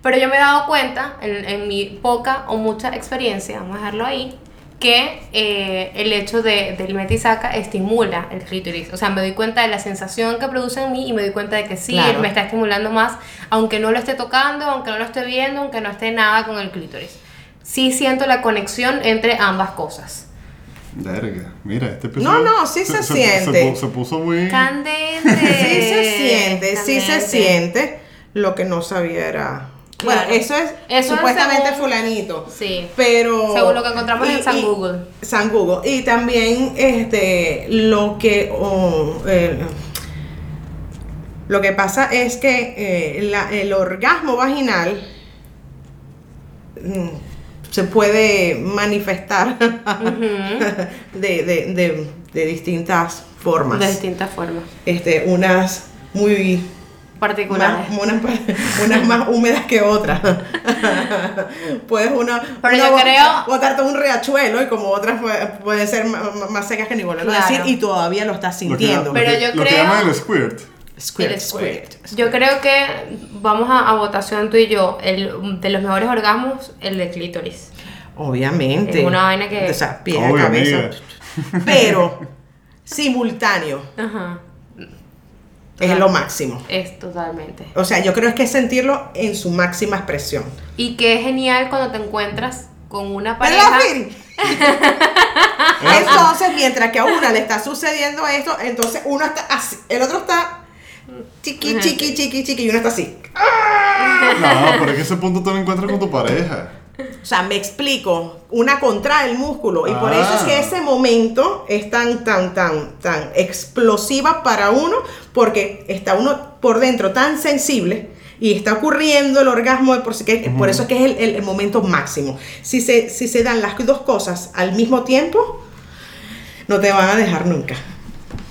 [SPEAKER 3] pero yo me he dado cuenta, en, en mi poca o mucha experiencia, vamos a dejarlo ahí, que eh, el hecho de, del metisaca estimula el clítoris. O sea, me doy cuenta de la sensación que produce en mí y me doy cuenta de que sí,
[SPEAKER 4] Claro.
[SPEAKER 3] me está estimulando más, aunque no lo esté tocando, aunque no lo esté viendo, aunque no esté nada con el clítoris. Sí siento la conexión entre ambas cosas.
[SPEAKER 2] verga, mira, este
[SPEAKER 4] No, no, sí se siente.
[SPEAKER 2] pu- Se, puso muy.
[SPEAKER 3] Candente.
[SPEAKER 4] Sí se siente, sí se
[SPEAKER 3] Candente.
[SPEAKER 4] siente. Lo que no sabía era.
[SPEAKER 3] Claro.
[SPEAKER 4] Bueno, eso es
[SPEAKER 3] Eso es
[SPEAKER 4] supuestamente
[SPEAKER 3] según-
[SPEAKER 4] fulanito.
[SPEAKER 3] Sí.
[SPEAKER 4] Pero.
[SPEAKER 3] Según lo que encontramos en San
[SPEAKER 4] y-
[SPEAKER 3] Google.
[SPEAKER 4] San Google. Y también este lo que oh, eh, lo que pasa es que eh, la- el orgasmo vaginal mm, se puede manifestar
[SPEAKER 3] Ujú.
[SPEAKER 4] de, de- de- de distintas formas.
[SPEAKER 3] De distintas formas.
[SPEAKER 4] este, unas muy
[SPEAKER 3] Particulares.
[SPEAKER 4] más- unas, unas más húmedas que otras. Puedes una,
[SPEAKER 3] Pero
[SPEAKER 4] una
[SPEAKER 3] yo
[SPEAKER 4] bo-
[SPEAKER 3] creo-
[SPEAKER 4] botarte un riachuelo y como otras pueden ser ma- ma- más secas que ni volverlo a decir
[SPEAKER 3] Claro.
[SPEAKER 4] y todavía lo estás
[SPEAKER 2] Lo que,
[SPEAKER 4] sintiendo.
[SPEAKER 2] lo
[SPEAKER 3] Pero
[SPEAKER 2] que-
[SPEAKER 3] yo
[SPEAKER 2] lo que
[SPEAKER 3] creo-
[SPEAKER 2] llaman el squirt.
[SPEAKER 4] Squirt,
[SPEAKER 3] El
[SPEAKER 4] squirt.
[SPEAKER 3] Yo creo que vamos a, a votación tú y yo. El, de los mejores orgasmos, el de clítoris.
[SPEAKER 4] Obviamente.
[SPEAKER 3] Es una vaina que-
[SPEAKER 4] O sea, pie a
[SPEAKER 2] Obvio,
[SPEAKER 4] cabeza.
[SPEAKER 2] amiga.
[SPEAKER 4] Pero simultáneo
[SPEAKER 3] Ajá.
[SPEAKER 4] es lo máximo.
[SPEAKER 3] Es totalmente.
[SPEAKER 4] O sea, yo creo que es sentirlo en su máxima expresión.
[SPEAKER 3] Y que es genial cuando te encuentras con una pareja.
[SPEAKER 4] ¿Verdad, Firi? Entonces, mientras que a una le está sucediendo esto, entonces uno está así, el otro está chiqui,
[SPEAKER 3] Ajá.
[SPEAKER 4] chiqui, chiqui, chiqui, y uno está así.
[SPEAKER 2] No, pero es que ese punto te lo encuentras con tu pareja.
[SPEAKER 4] O sea, me explico, una contrae el músculo y por
[SPEAKER 2] Ah.
[SPEAKER 4] eso es que ese momento es tan, tan, tan, tan explosiva para uno, porque está uno por dentro tan sensible y está ocurriendo el orgasmo, de por, sí que, por eso es que es el, el- el momento máximo. Si se, si se dan las dos cosas al mismo tiempo, no te van a dejar nunca.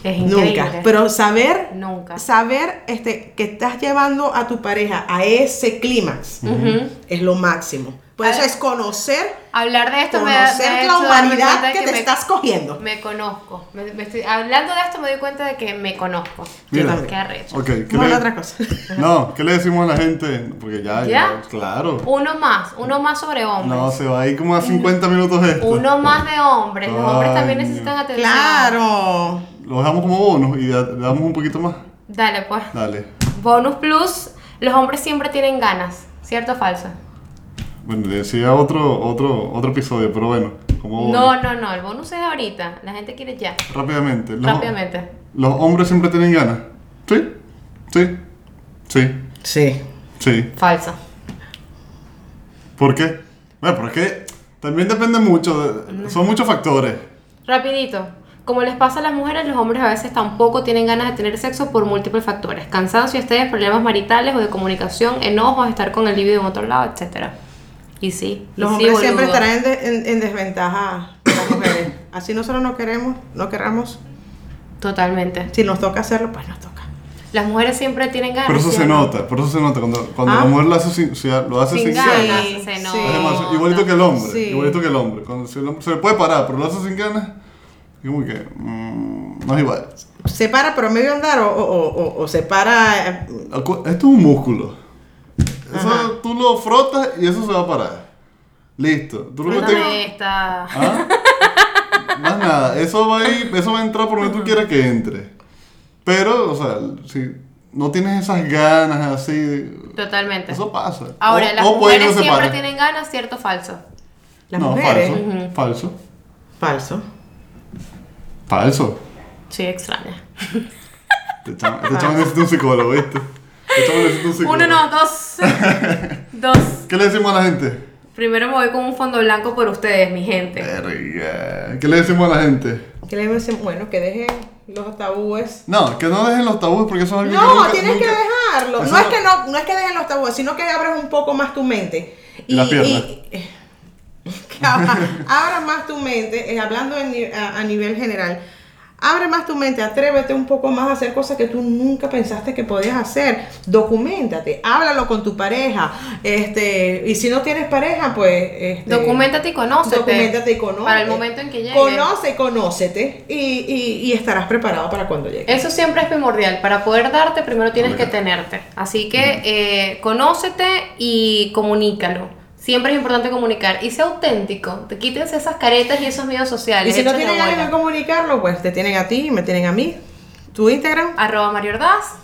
[SPEAKER 3] Es increíble.
[SPEAKER 4] Nunca. Pero saber,
[SPEAKER 3] Nunca.
[SPEAKER 4] saber este, que estás llevando a tu pareja a ese clímax
[SPEAKER 3] Ujú.
[SPEAKER 4] es lo máximo. Por
[SPEAKER 3] A
[SPEAKER 4] eso
[SPEAKER 3] ver.
[SPEAKER 4] es conocer,
[SPEAKER 3] Hablar de esto me da- me ha
[SPEAKER 4] conocer la
[SPEAKER 3] hecho darme
[SPEAKER 4] humanidad
[SPEAKER 3] cuenta de
[SPEAKER 4] que, te
[SPEAKER 3] me-
[SPEAKER 4] estás cogiendo.
[SPEAKER 3] Me conozco. Me- me estoy- hablando de esto me doy cuenta de que me conozco.
[SPEAKER 2] Mira.
[SPEAKER 4] también.
[SPEAKER 3] Qué arrecho.
[SPEAKER 2] Ok, ¿qué
[SPEAKER 4] Bueno,
[SPEAKER 2] le-
[SPEAKER 4] otra cosa.
[SPEAKER 2] No, ¿qué le decimos a la gente? Porque ya,
[SPEAKER 3] ¿Ya?
[SPEAKER 2] claro.
[SPEAKER 3] Uno más, uno más sobre hombres.
[SPEAKER 2] No, se va a ir como a 50 minutos esto.
[SPEAKER 3] uno más de hombres. Los hombres también
[SPEAKER 2] Ay,
[SPEAKER 3] necesitan atención.
[SPEAKER 4] Claro.
[SPEAKER 2] Lo dejamos como bonus y ya- le damos un poquito más.
[SPEAKER 3] Dale, pues.
[SPEAKER 2] Dale.
[SPEAKER 3] Bonus plus, los hombres siempre tienen ganas, ¿cierto o falso?
[SPEAKER 2] Bueno, decía otro, otro, otro episodio, pero bueno, como bonus.
[SPEAKER 3] No, no, no, el bonus es ahorita, la gente quiere ya,
[SPEAKER 2] Rápidamente. Los,
[SPEAKER 3] rápidamente.
[SPEAKER 2] Los hombres siempre tienen ganas. Sí, sí, sí,
[SPEAKER 4] Sí.
[SPEAKER 2] sí.
[SPEAKER 3] Falso.
[SPEAKER 2] ¿Por qué? Bueno, pero es que también depende mucho.
[SPEAKER 4] Mm.
[SPEAKER 2] de- son muchos factores.
[SPEAKER 3] Rapidito, como les pasa a las mujeres, los hombres a veces tampoco tienen ganas de tener sexo por múltiples factores, cansancio, estrés, problemas maritales o de comunicación, enojos, estar con el libido en otro lado, etc. Y sí,
[SPEAKER 4] Los
[SPEAKER 3] y sí,
[SPEAKER 4] hombres siempre
[SPEAKER 3] boludo.
[SPEAKER 4] estarán en, de- en- en desventaja a las mujeres. Así nosotros no queremos, no querramos.
[SPEAKER 3] Totalmente.
[SPEAKER 4] Si nos toca hacerlo, pues nos toca.
[SPEAKER 3] Las mujeres siempre tienen ganas.
[SPEAKER 2] Por eso
[SPEAKER 3] ¿sí
[SPEAKER 2] se
[SPEAKER 3] o no?
[SPEAKER 2] nota, por eso se nota. Cuando, cuando
[SPEAKER 4] Ah.
[SPEAKER 2] la mujer lo hace sin, o sea, lo hace sin,
[SPEAKER 3] Sin
[SPEAKER 2] ganas.
[SPEAKER 3] ganas,
[SPEAKER 4] Sí,
[SPEAKER 3] se
[SPEAKER 4] sí.
[SPEAKER 2] es demasiado-
[SPEAKER 3] nota.
[SPEAKER 2] igualito que el hombre,
[SPEAKER 4] Sí.
[SPEAKER 2] igualito que el hombre. Cuando se, el hombre- se le puede parar, pero lo hace sin ganas. Es como que mm, no es igual.
[SPEAKER 4] ¿Se para pero medio andar o, o, o- o- o se para eh,
[SPEAKER 2] Acu- Esto es un músculo. Eso
[SPEAKER 4] Ajá.
[SPEAKER 2] tú lo frotas y eso se va a parar. Listo. Tú lo
[SPEAKER 3] Cuéntame
[SPEAKER 2] metes-
[SPEAKER 3] esta.
[SPEAKER 2] ¿Ah? Más nada, eso va a ir- eso va a entrar por donde tú quieras que entre. Pero, o sea, si no tienes esas ganas así. de-
[SPEAKER 3] Totalmente.
[SPEAKER 2] Eso pasa.
[SPEAKER 3] Ahora,
[SPEAKER 2] O-
[SPEAKER 3] las
[SPEAKER 2] o puede que
[SPEAKER 3] mujeres
[SPEAKER 2] no se
[SPEAKER 3] siempre
[SPEAKER 2] pare.
[SPEAKER 3] tienen ganas, cierto o falso.
[SPEAKER 4] Las
[SPEAKER 2] no,
[SPEAKER 4] mujeres.
[SPEAKER 2] falso.
[SPEAKER 3] Ujú.
[SPEAKER 2] Falso.
[SPEAKER 4] Falso.
[SPEAKER 2] Falso. Este
[SPEAKER 3] Sí, extraña.
[SPEAKER 2] Te echamos necesita un psicólogo, ¿viste? Te echamos necesita un psicólogo.
[SPEAKER 3] Uno, no, dos. dos.
[SPEAKER 2] ¿Qué le decimos a la gente?
[SPEAKER 3] Primero me voy con un fondo blanco por ustedes, mi gente.
[SPEAKER 2] Verga. ¿Qué le decimos a la gente?
[SPEAKER 4] Que le dicen, bueno, que dejen los tabúes.
[SPEAKER 2] No, que no dejen los tabúes porque eso es algo que
[SPEAKER 4] No,
[SPEAKER 2] nunca-
[SPEAKER 4] tienes que
[SPEAKER 2] nunca-
[SPEAKER 4] dejarlo.
[SPEAKER 2] Eso
[SPEAKER 4] No es que no, no es que dejen los tabúes, sino que abras un poco más tu mente.
[SPEAKER 2] Y las piernas.
[SPEAKER 4] que abra- abras más tu mente, eh, hablando en ni- a, a nivel general. Abre más tu mente, atrévete un poco más a hacer cosas que tú nunca pensaste que podías hacer. Documentate, háblalo con tu pareja. Este, y si no tienes pareja, pues este,
[SPEAKER 3] Documentate y conócete.
[SPEAKER 4] documentate y conócete.
[SPEAKER 3] Para el momento en que llegue.
[SPEAKER 4] Conoce, conócete y, y- y estarás preparado para cuando llegue.
[SPEAKER 3] Eso siempre es primordial. Para poder darte, primero tienes
[SPEAKER 2] Correcto.
[SPEAKER 3] que tenerte. Así que eh, conócete y comunícalo. Siempre es importante comunicar. Y sea auténtico. Te quítense esas caretas y esos miedos sociales.
[SPEAKER 4] Y si no
[SPEAKER 3] hechos de
[SPEAKER 4] tienen alguien que
[SPEAKER 3] abuela.
[SPEAKER 4] comunicarlo, pues te tienen a ti, me tienen a mí. Tu Instagram,
[SPEAKER 3] Arroba Mario Ordaz.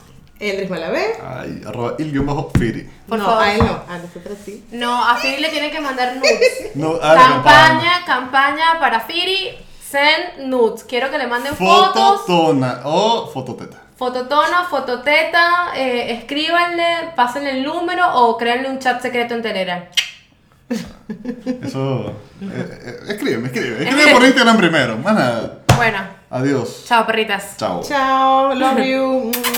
[SPEAKER 4] Eldris Malabé.
[SPEAKER 2] Ay, arroba il guión bajo firi.
[SPEAKER 3] Por
[SPEAKER 4] no,
[SPEAKER 3] favor.
[SPEAKER 4] a él no, a nosotros sí.
[SPEAKER 3] No, a Firi le tienen que mandar nudes.
[SPEAKER 2] No, a la
[SPEAKER 3] campaña, campaña para Firi. Send nudes. Quiero que le manden fotos.
[SPEAKER 2] Fototona o fototeta.
[SPEAKER 3] Fototono, fototeta, eh, escríbanle, pásenle el número o créanle un chat secreto en Telegram.
[SPEAKER 2] Eso. eh, eh, escríbeme, escríbeme. Escríbeme por Instagram primero. Más nada.
[SPEAKER 3] Bueno,
[SPEAKER 2] Adiós.
[SPEAKER 3] chao perritas.
[SPEAKER 2] Chao.
[SPEAKER 4] Chao, love you.